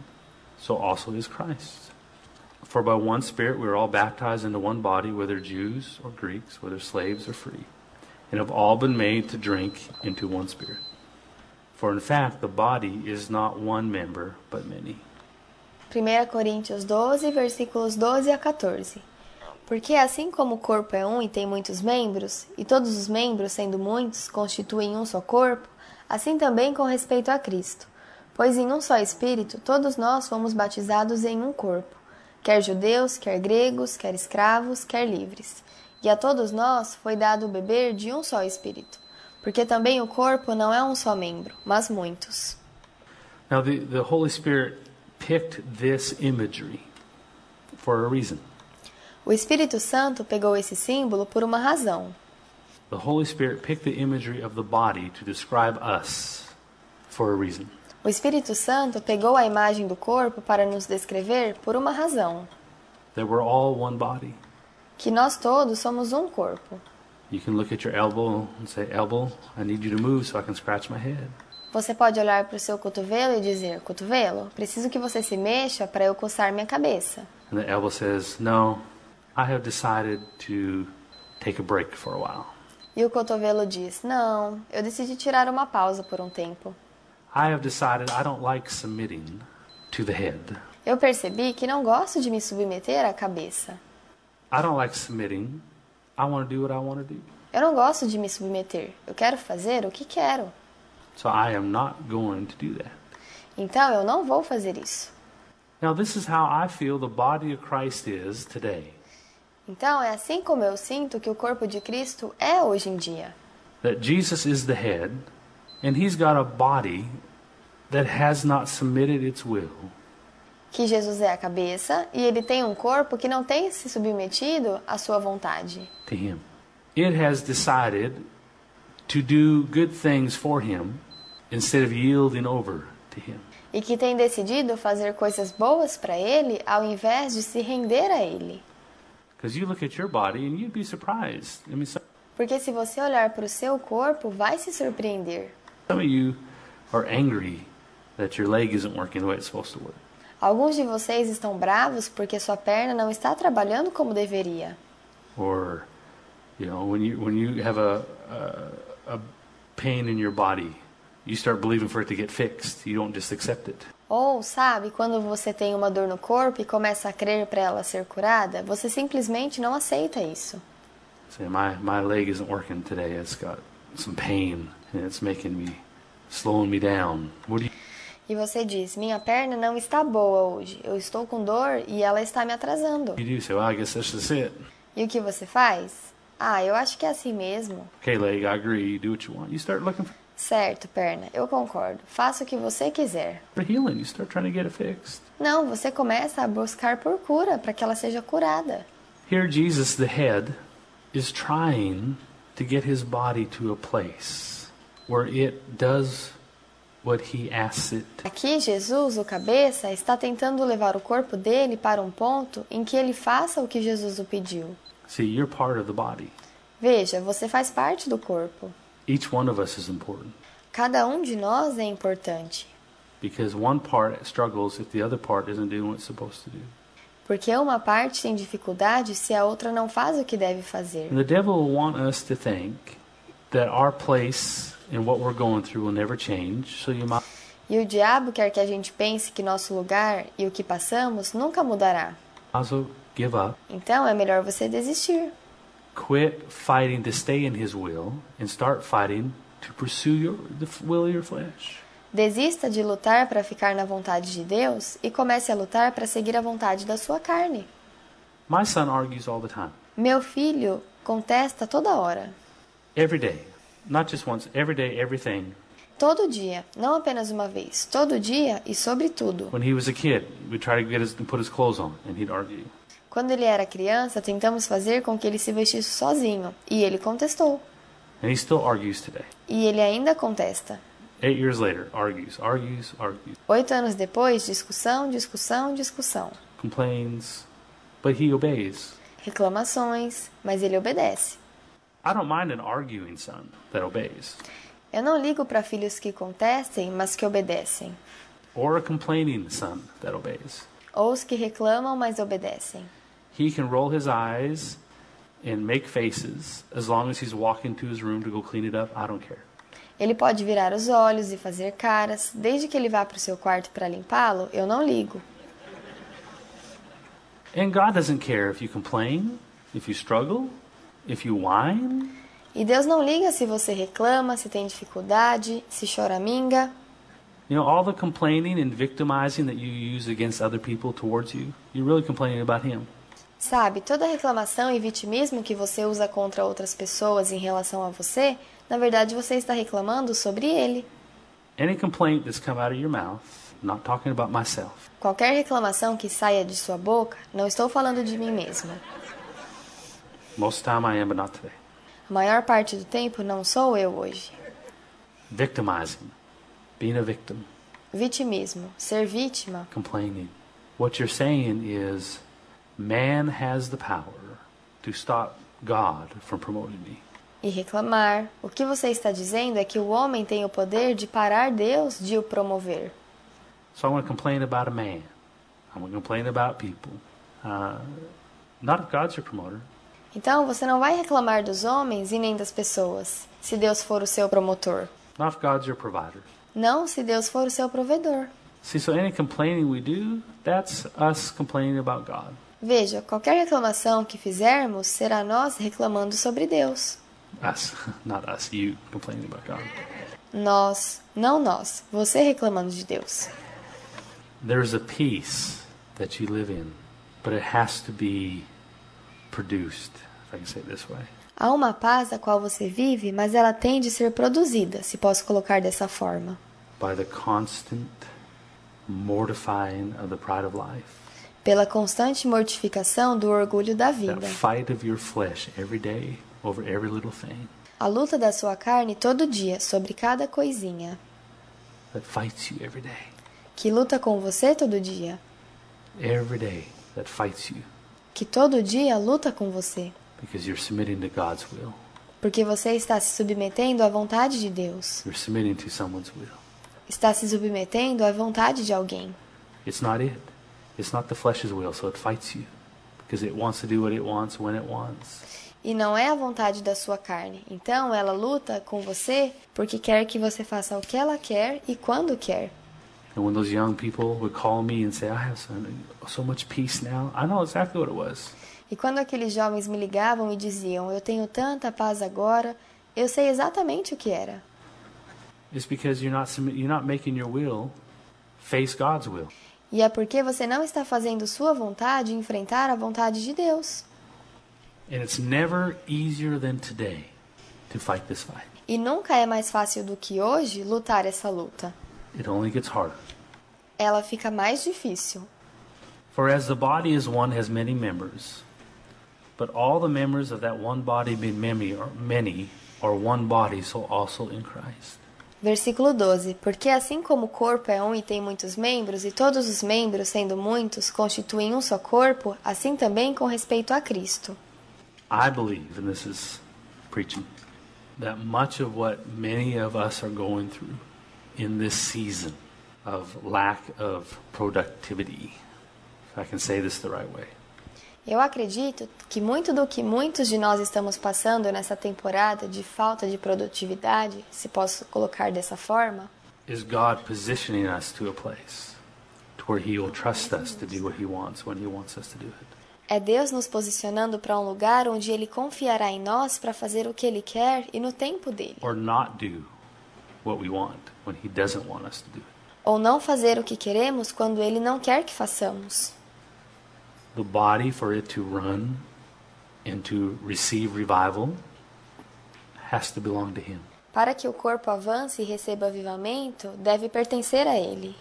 [SPEAKER 2] so also is Christ. For by one Spirit we are all baptized into one body, whether Jews or Greeks, whether slaves or free, and have all been made to drink into one Spirit. For in fact, the body is not one member, but many.
[SPEAKER 1] 1 Coríntios 12, versículos 12 a 14. Porque assim como o corpo é um e tem muitos membros, e todos os membros, sendo muitos, constituem um só corpo, assim também com respeito a Cristo. Pois em um só Espírito todos nós fomos batizados em um corpo, quer judeus, quer gregos, quer escravos, quer livres. E a todos nós foi dado beber de um só Espírito. Porque também o corpo não é um só membro, mas muitos.
[SPEAKER 2] Now, the, the Holy Spirit picked this imagery for a reason.
[SPEAKER 1] O Espírito Santo pegou esse símbolo por uma razão.
[SPEAKER 2] The Holy Spirit picked the imagery of the body to describe us for a reason.
[SPEAKER 1] O Espírito Santo pegou a imagem do corpo para nos descrever por uma razão:
[SPEAKER 2] That we're all one body.
[SPEAKER 1] que nós todos somos um corpo.
[SPEAKER 2] You can look at your elbow and say, Elbow, I need you to move so I can scratch my head.
[SPEAKER 1] Você pode olhar para o seu cotovelo e dizer: Cotovelo, preciso que você se mexa para eu coçar minha cabeça.
[SPEAKER 2] And the elbow says, No, I have decided to take a break for a while.
[SPEAKER 1] E o cotovelo diz: Não, eu decidi tirar uma pausa por um tempo.
[SPEAKER 2] I have decided I don't like submitting to the head.
[SPEAKER 1] Eu percebi que não gosto de me submeter à cabeça.
[SPEAKER 2] I don't like submitting. I want to do what I want to do.
[SPEAKER 1] Eu não gosto de me submeter. Eu quero fazer o que quero.
[SPEAKER 2] So I am not going to do that.
[SPEAKER 1] Então eu não vou fazer isso.
[SPEAKER 2] Now, this is how I feel the body of Christ is today.
[SPEAKER 1] Então é assim como eu sinto que o corpo de Cristo é hoje em dia.
[SPEAKER 2] that Jesus is the head, and he's got a body that has not submitted its will
[SPEAKER 1] que Jesus é a cabeça e ele tem um corpo que não tem se submetido à sua vontade.
[SPEAKER 2] to him. It has decided to do good things for him instead of yielding over to him.
[SPEAKER 1] E que tem decidido fazer coisas boas para ele ao invés de se render a ele.
[SPEAKER 2] Because you look at your body and you'd be surprised. I mean, some,
[SPEAKER 1] Porque se você olhar para o seu corpo, vai se surpreender.
[SPEAKER 2] some of you are angry that your leg isn't working the way it's supposed to work.
[SPEAKER 1] Alguns de vocês estão bravos porque sua perna não está trabalhando como deveria.
[SPEAKER 2] Or, you know, when you, when you have a, a, a pain in your body, you start believing for it to get fixed. You don't just accept it.
[SPEAKER 1] Ou, sabe, quando você tem uma dor no corpo e começa a crer para ela ser curada, você simplesmente não aceita isso.
[SPEAKER 2] Say my my leg isn't working today. It's got some pain and it's making me slowing me down. What do you
[SPEAKER 1] E você diz: Minha perna não está boa hoje, eu estou com dor e ela está me atrasando.
[SPEAKER 2] you do? Say, well, I guess that's just it.
[SPEAKER 1] E o que você faz? Ah, eu acho que é assim mesmo.
[SPEAKER 2] Okay, leg, I agree. Do what you want. You start looking
[SPEAKER 1] Certo, perna, eu concordo. Faça o que você quiser.
[SPEAKER 2] for healing. You start trying to get it fixed.
[SPEAKER 1] Não, você começa a buscar por cura para que ela seja curada.
[SPEAKER 2] Here, Jesus, the head, is trying to get his body to a place where it does what he asks it. to.
[SPEAKER 1] Aqui, Jesus, o cabeça, está tentando levar o corpo dele para um ponto em que ele faça o que Jesus o pediu.
[SPEAKER 2] See, you're part of the body.
[SPEAKER 1] Veja, você faz parte do corpo.
[SPEAKER 2] Each one of us is important.
[SPEAKER 1] cada um de nós é importante,
[SPEAKER 2] because one part struggles if the other part isn't doing what it's supposed to do.
[SPEAKER 1] porque uma parte tem dificuldade se a outra não faz o que deve fazer.
[SPEAKER 2] And the devil will want us to think that our place and what we're going through will never change, so you might
[SPEAKER 1] E o diabo quer que a gente pense que nosso lugar e o que passamos nunca mudará.
[SPEAKER 2] as well give up,
[SPEAKER 1] Então é melhor você desistir.
[SPEAKER 2] quit fighting to stay in his will, and start fighting to pursue your, the f- will of your flesh.
[SPEAKER 1] Desista de lutar para ficar na vontade de Deus e comece a lutar para seguir a vontade da sua carne.
[SPEAKER 2] My son argues all the time,
[SPEAKER 1] Meu filho contesta toda hora,
[SPEAKER 2] every day, not just once, every day, everything.
[SPEAKER 1] todo dia, não apenas uma vez, todo dia e sobretudo.
[SPEAKER 2] When he was a kid, we'd try to get his put his clothes on, and he'd argue.
[SPEAKER 1] Quando ele era criança, tentamos fazer com que ele se vestisse sozinho e ele contestou.
[SPEAKER 2] And he still argues today.
[SPEAKER 1] E ele ainda contesta.
[SPEAKER 2] Eight years later, argues, argues, argues,
[SPEAKER 1] Oito anos depois, discussão, discussão, discussão.
[SPEAKER 2] complains, but he obeys.
[SPEAKER 1] Reclamações, mas ele obedece.
[SPEAKER 2] I don't mind an arguing son that obeys,
[SPEAKER 1] Eu não ligo para filhos que contestem, mas que obedecem,
[SPEAKER 2] or a complaining son that obeys.
[SPEAKER 1] ou os que reclamam, mas obedecem.
[SPEAKER 2] He can roll his eyes and make faces as long as he's walking to his room to go clean it up. I don't care.
[SPEAKER 1] Ele pode virar os olhos e fazer caras, desde que ele vá para o seu quarto para limpá-lo, eu não ligo.
[SPEAKER 2] And God doesn't care if you complain, if you struggle, if you whine.
[SPEAKER 1] E Deus não liga se você reclama, se tem dificuldade, se choraminga.
[SPEAKER 2] You know, all the complaining and victimizing that you use against other people towards you, you're really complaining about Him.
[SPEAKER 1] Sabe, toda reclamação e vitimismo que você usa contra outras pessoas em relação a você, na verdade você está reclamando sobre ele.
[SPEAKER 2] Any complaint that's come out of your mouth, I'm not talking about myself,
[SPEAKER 1] Qualquer reclamação que saia de sua boca, não estou falando de mim mesma.
[SPEAKER 2] most of the time I am, but not today.
[SPEAKER 1] A maior parte do tempo não sou eu hoje.
[SPEAKER 2] Victimizing, being a victim,
[SPEAKER 1] Vitimismo, ser vítima,
[SPEAKER 2] complaining. What you're saying is, man has the power to stop God from promoting me.
[SPEAKER 1] e reclamar. O que você está dizendo é que o homem tem o poder de parar Deus de o promover.
[SPEAKER 2] So I'm going to complain about a man. I'm going to complain about people. Uh, not if God's your promoter.
[SPEAKER 1] Então você não vai reclamar dos homens e nem das pessoas, se Deus for o seu promotor.
[SPEAKER 2] Not if God's your provider.
[SPEAKER 1] Não se Deus for o seu provedor.
[SPEAKER 2] See, so any complaining we do, that's us complaining about God.
[SPEAKER 1] Veja, qualquer reclamação que fizermos será nós reclamando sobre Deus.
[SPEAKER 2] Us, [laughs] not us, you complaining about God.
[SPEAKER 1] Nós, não nós, você reclamando de Deus.
[SPEAKER 2] There's a peace that you live in, but it has to be produced, if I can say it this way.
[SPEAKER 1] Há uma paz a qual você vive, mas ela tem de ser produzida, se posso colocar dessa forma,
[SPEAKER 2] by the constant mortifying of the pride of life,
[SPEAKER 1] pela constante mortificação do orgulho da
[SPEAKER 2] that
[SPEAKER 1] vida.
[SPEAKER 2] fight of your flesh every day over every little thing
[SPEAKER 1] A luta da sua carne todo dia, sobre cada coisinha,
[SPEAKER 2] that fights you every day,
[SPEAKER 1] que luta com você todo dia,
[SPEAKER 2] every day that fights you
[SPEAKER 1] que todo dia luta com você,
[SPEAKER 2] because you're submitting to God's will,
[SPEAKER 1] porque você está se submetendo à vontade de Deus,
[SPEAKER 2] you're submitting to someone's will.
[SPEAKER 1] está se submetendo à vontade de alguém.
[SPEAKER 2] It's not it, it's not the flesh's will, so it fights you because it wants to do what it wants when it wants.
[SPEAKER 1] E não é a vontade da sua carne. Então ela luta com você porque quer que você faça o que ela quer e quando quer.
[SPEAKER 2] And when those young people would call me and say, I have so, so much peace now, I know exactly what it was.
[SPEAKER 1] E quando aqueles jovens me ligavam e diziam: Eu tenho tanta paz agora, eu sei exatamente o que era.
[SPEAKER 2] It's because you're not submit, you're not making your will face God's will.
[SPEAKER 1] E é porque você não está fazendo sua vontade enfrentar a vontade de Deus.
[SPEAKER 2] And it's never easier than today to fight this fight.
[SPEAKER 1] E nunca é mais fácil do que hoje lutar essa luta.
[SPEAKER 2] It only gets harder.
[SPEAKER 1] Ela fica mais difícil.
[SPEAKER 2] For as the body is one has many members, but all the members of that one body being many or many are one body, so also in Christ.
[SPEAKER 1] Versículo 12: Porque assim como o corpo é um e tem muitos membros, e todos os membros, sendo muitos, constituem um só corpo, assim também com respeito a Cristo.
[SPEAKER 2] I believe, and this is preaching, that much of what many of us are going through in this season of lack of productivity, if I can say this the right way,
[SPEAKER 1] Eu acredito que muito do que muitos de nós estamos passando nessa temporada de falta de produtividade, se posso colocar dessa forma,
[SPEAKER 2] is God positioning us to a place to where He will trust us to do what He wants when He wants us to do it.
[SPEAKER 1] é Deus nos posicionando para um lugar onde Ele confiará em nós para fazer o que Ele quer e no tempo dele,
[SPEAKER 2] or not do what we want when he doesn't want us to do it.
[SPEAKER 1] ou não fazer o que queremos quando Ele não quer que façamos.
[SPEAKER 2] The body, for it to run and to receive revival, has to belong to him.
[SPEAKER 1] Para que o corpo avance e receba avivamento, deve pertencer a Ele.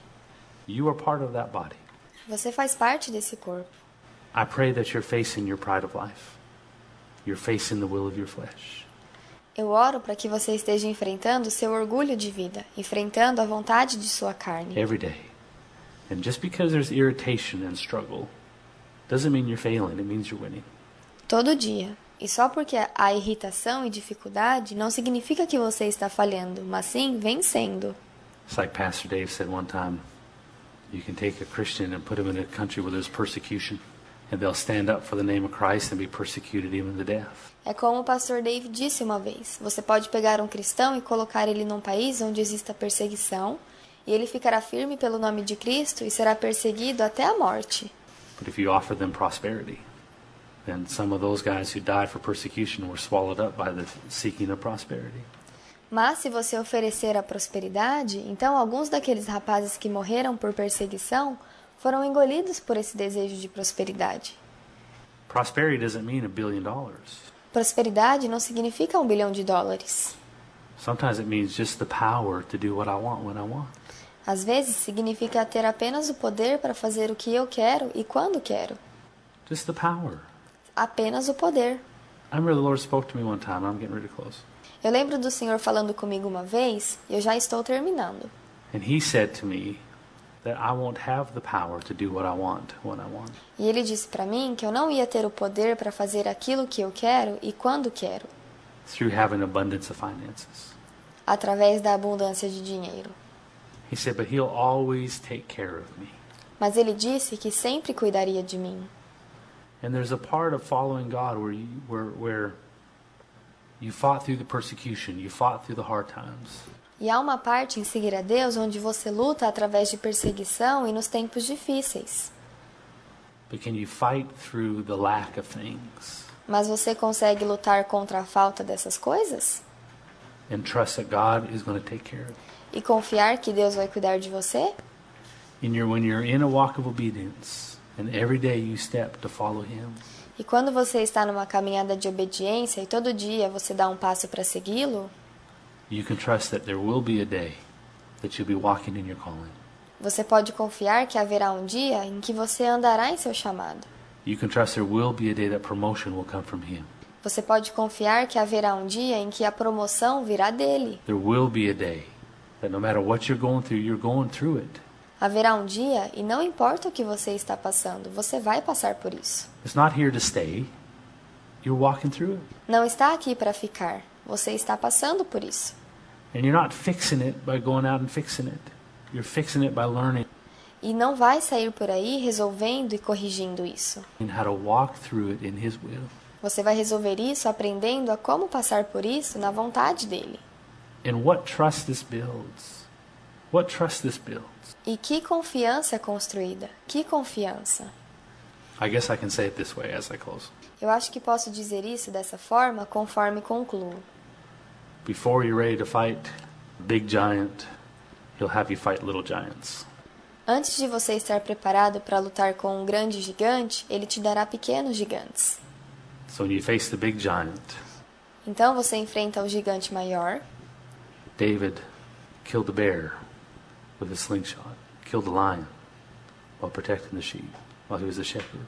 [SPEAKER 2] You are part of that body.
[SPEAKER 1] Você faz parte desse corpo.
[SPEAKER 2] I pray that you're facing your pride of life. You're facing the will of your flesh.
[SPEAKER 1] Eu oro para que você esteja enfrentando seu orgulho de vida, enfrentando a vontade de sua carne.
[SPEAKER 2] every day. And just because there's irritation and struggle doesn't mean you're failing, it means you're winning.
[SPEAKER 1] Todo dia. E só porque há irritação e dificuldade não significa que você está falhando, mas sim vencendo.
[SPEAKER 2] It's like Pastor Dave said one time you can take a Christian and put him in a country where there's persecution, and they'll stand up for the name of Christ and be persecuted even to death.
[SPEAKER 1] É como o pastor Dave disse uma vez: você pode pegar um cristão e colocar ele num país onde exista perseguição, e ele ficará firme pelo nome de Cristo e será perseguido até a morte.
[SPEAKER 2] But if you offer them prosperity, then some of those guys who died for persecution were swallowed up by the seeking of prosperity.
[SPEAKER 1] Mas se você oferecer a prosperidade, então alguns daqueles rapazes que morreram por perseguição foram engolidos por esse desejo de prosperidade.
[SPEAKER 2] Prosperity doesn't mean a billion dollars.
[SPEAKER 1] Prosperidade não significa um bilhão de dólares.
[SPEAKER 2] Sometimes it means just the power to do what I want when I want.
[SPEAKER 1] Às vezes significa ter apenas o poder para fazer o que eu quero e quando quero.
[SPEAKER 2] Just the power.
[SPEAKER 1] Apenas o poder.
[SPEAKER 2] I remember the Lord spoke to me one time, I'm getting really close.
[SPEAKER 1] Eu lembro do Senhor falando comigo uma vez, e eu já estou terminando.
[SPEAKER 2] And He said to me that I won't have the power to do what I want when I want.
[SPEAKER 1] E ele disse para mim que eu não ia ter o poder para fazer aquilo que eu quero e quando quero,
[SPEAKER 2] through having abundance of finances.
[SPEAKER 1] através da abundância de dinheiro.
[SPEAKER 2] He said, but he'll always take care of me.
[SPEAKER 1] Mas ele disse que sempre cuidaria de mim.
[SPEAKER 2] And there's a part of following God where you, where, where you fought through the persecution, you fought through the hard times.
[SPEAKER 1] E há uma parte em seguir a Deus onde você luta através de perseguição e nos tempos difíceis.
[SPEAKER 2] But can you fight through the lack of things
[SPEAKER 1] Mas você consegue lutar contra a falta dessas coisas?
[SPEAKER 2] and trust that God is going to take care of you?
[SPEAKER 1] E confiar que Deus vai cuidar de você?
[SPEAKER 2] And you're, when you're in a walk of obedience and every day you step to follow Him,
[SPEAKER 1] E quando você está numa caminhada de obediência e todo dia você dá um passo para segui-lo,
[SPEAKER 2] you can trust that there will be a day that you'll be walking in your calling.
[SPEAKER 1] você pode confiar que haverá um dia em que você andará em seu chamado.
[SPEAKER 2] You can trust there will be a day that promotion will come from Him.
[SPEAKER 1] Você pode confiar que haverá um dia em que a promoção virá dele.
[SPEAKER 2] There will be a day that no matter what you're going through, you're going through it.
[SPEAKER 1] Haverá um dia, e não importa o que você está passando, você vai passar por isso.
[SPEAKER 2] It's not here to stay. You're walking through it.
[SPEAKER 1] Não está aqui para ficar, você está passando por isso.
[SPEAKER 2] And you're not fixing it by going out and fixing it. You're fixing it by learning
[SPEAKER 1] E não vai sair por aí resolvendo e corrigindo isso.
[SPEAKER 2] how to walk through it in His will.
[SPEAKER 1] Você vai resolver isso aprendendo a como passar por isso na vontade dele.
[SPEAKER 2] And what trust this builds. What trust this builds.
[SPEAKER 1] E que confiança é construída, que confiança.
[SPEAKER 2] I guess I can say it this way as I close.
[SPEAKER 1] Eu acho que posso dizer isso dessa forma conforme concluo.
[SPEAKER 2] Before you're ready to fight a big giant, He'll have you fight little giants.
[SPEAKER 1] Antes de você estar preparado para lutar com um grande gigante, ele te dará pequenos gigantes.
[SPEAKER 2] So when you face the big giant,
[SPEAKER 1] Então você enfrenta o gigante maior.
[SPEAKER 2] David killed the bear with a slingshot, killed the lion while protecting the sheep, while he was a shepherd.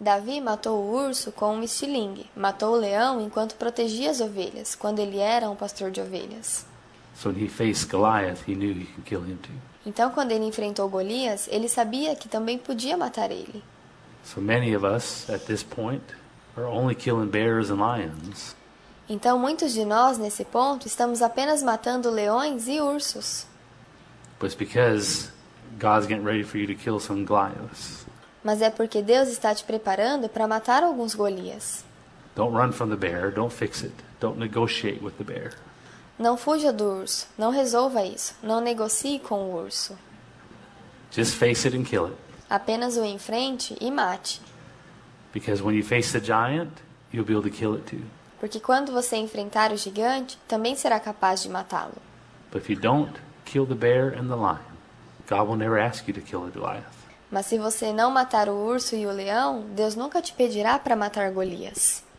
[SPEAKER 1] Davi matou o urso com um estilingue, matou o leão enquanto protegia as ovelhas, quando ele era um pastor de ovelhas.
[SPEAKER 2] So when he faced Goliath, he knew he could kill him too.
[SPEAKER 1] Então, quando ele enfrentou Golias, ele sabia que também podia matar ele.
[SPEAKER 2] So many of us at this point are only killing bears and lions
[SPEAKER 1] Então, muitos de nós, nesse ponto, estamos apenas matando leões e ursos.
[SPEAKER 2] But it's because God's getting ready for you to kill some Goliaths.
[SPEAKER 1] Mas é porque Deus está te preparando para matar alguns Golias.
[SPEAKER 2] Don't run from the bear. Don't fix it. Don't negotiate with the bear.
[SPEAKER 1] Não fuja do urso, não resolva isso, não negocie com o urso.
[SPEAKER 2] Just face it and kill it.
[SPEAKER 1] Apenas o enfrente e mate,
[SPEAKER 2] Because when you face the giant, you'll be able to kill it too.
[SPEAKER 1] porque quando você enfrentar o gigante, também será capaz de matá-lo.
[SPEAKER 2] But if you don't kill the bear and the lion, God will never ask you to kill a Goliath.
[SPEAKER 1] Mas se você não matar o urso e o leão, Deus nunca te pedirá para matar Golias.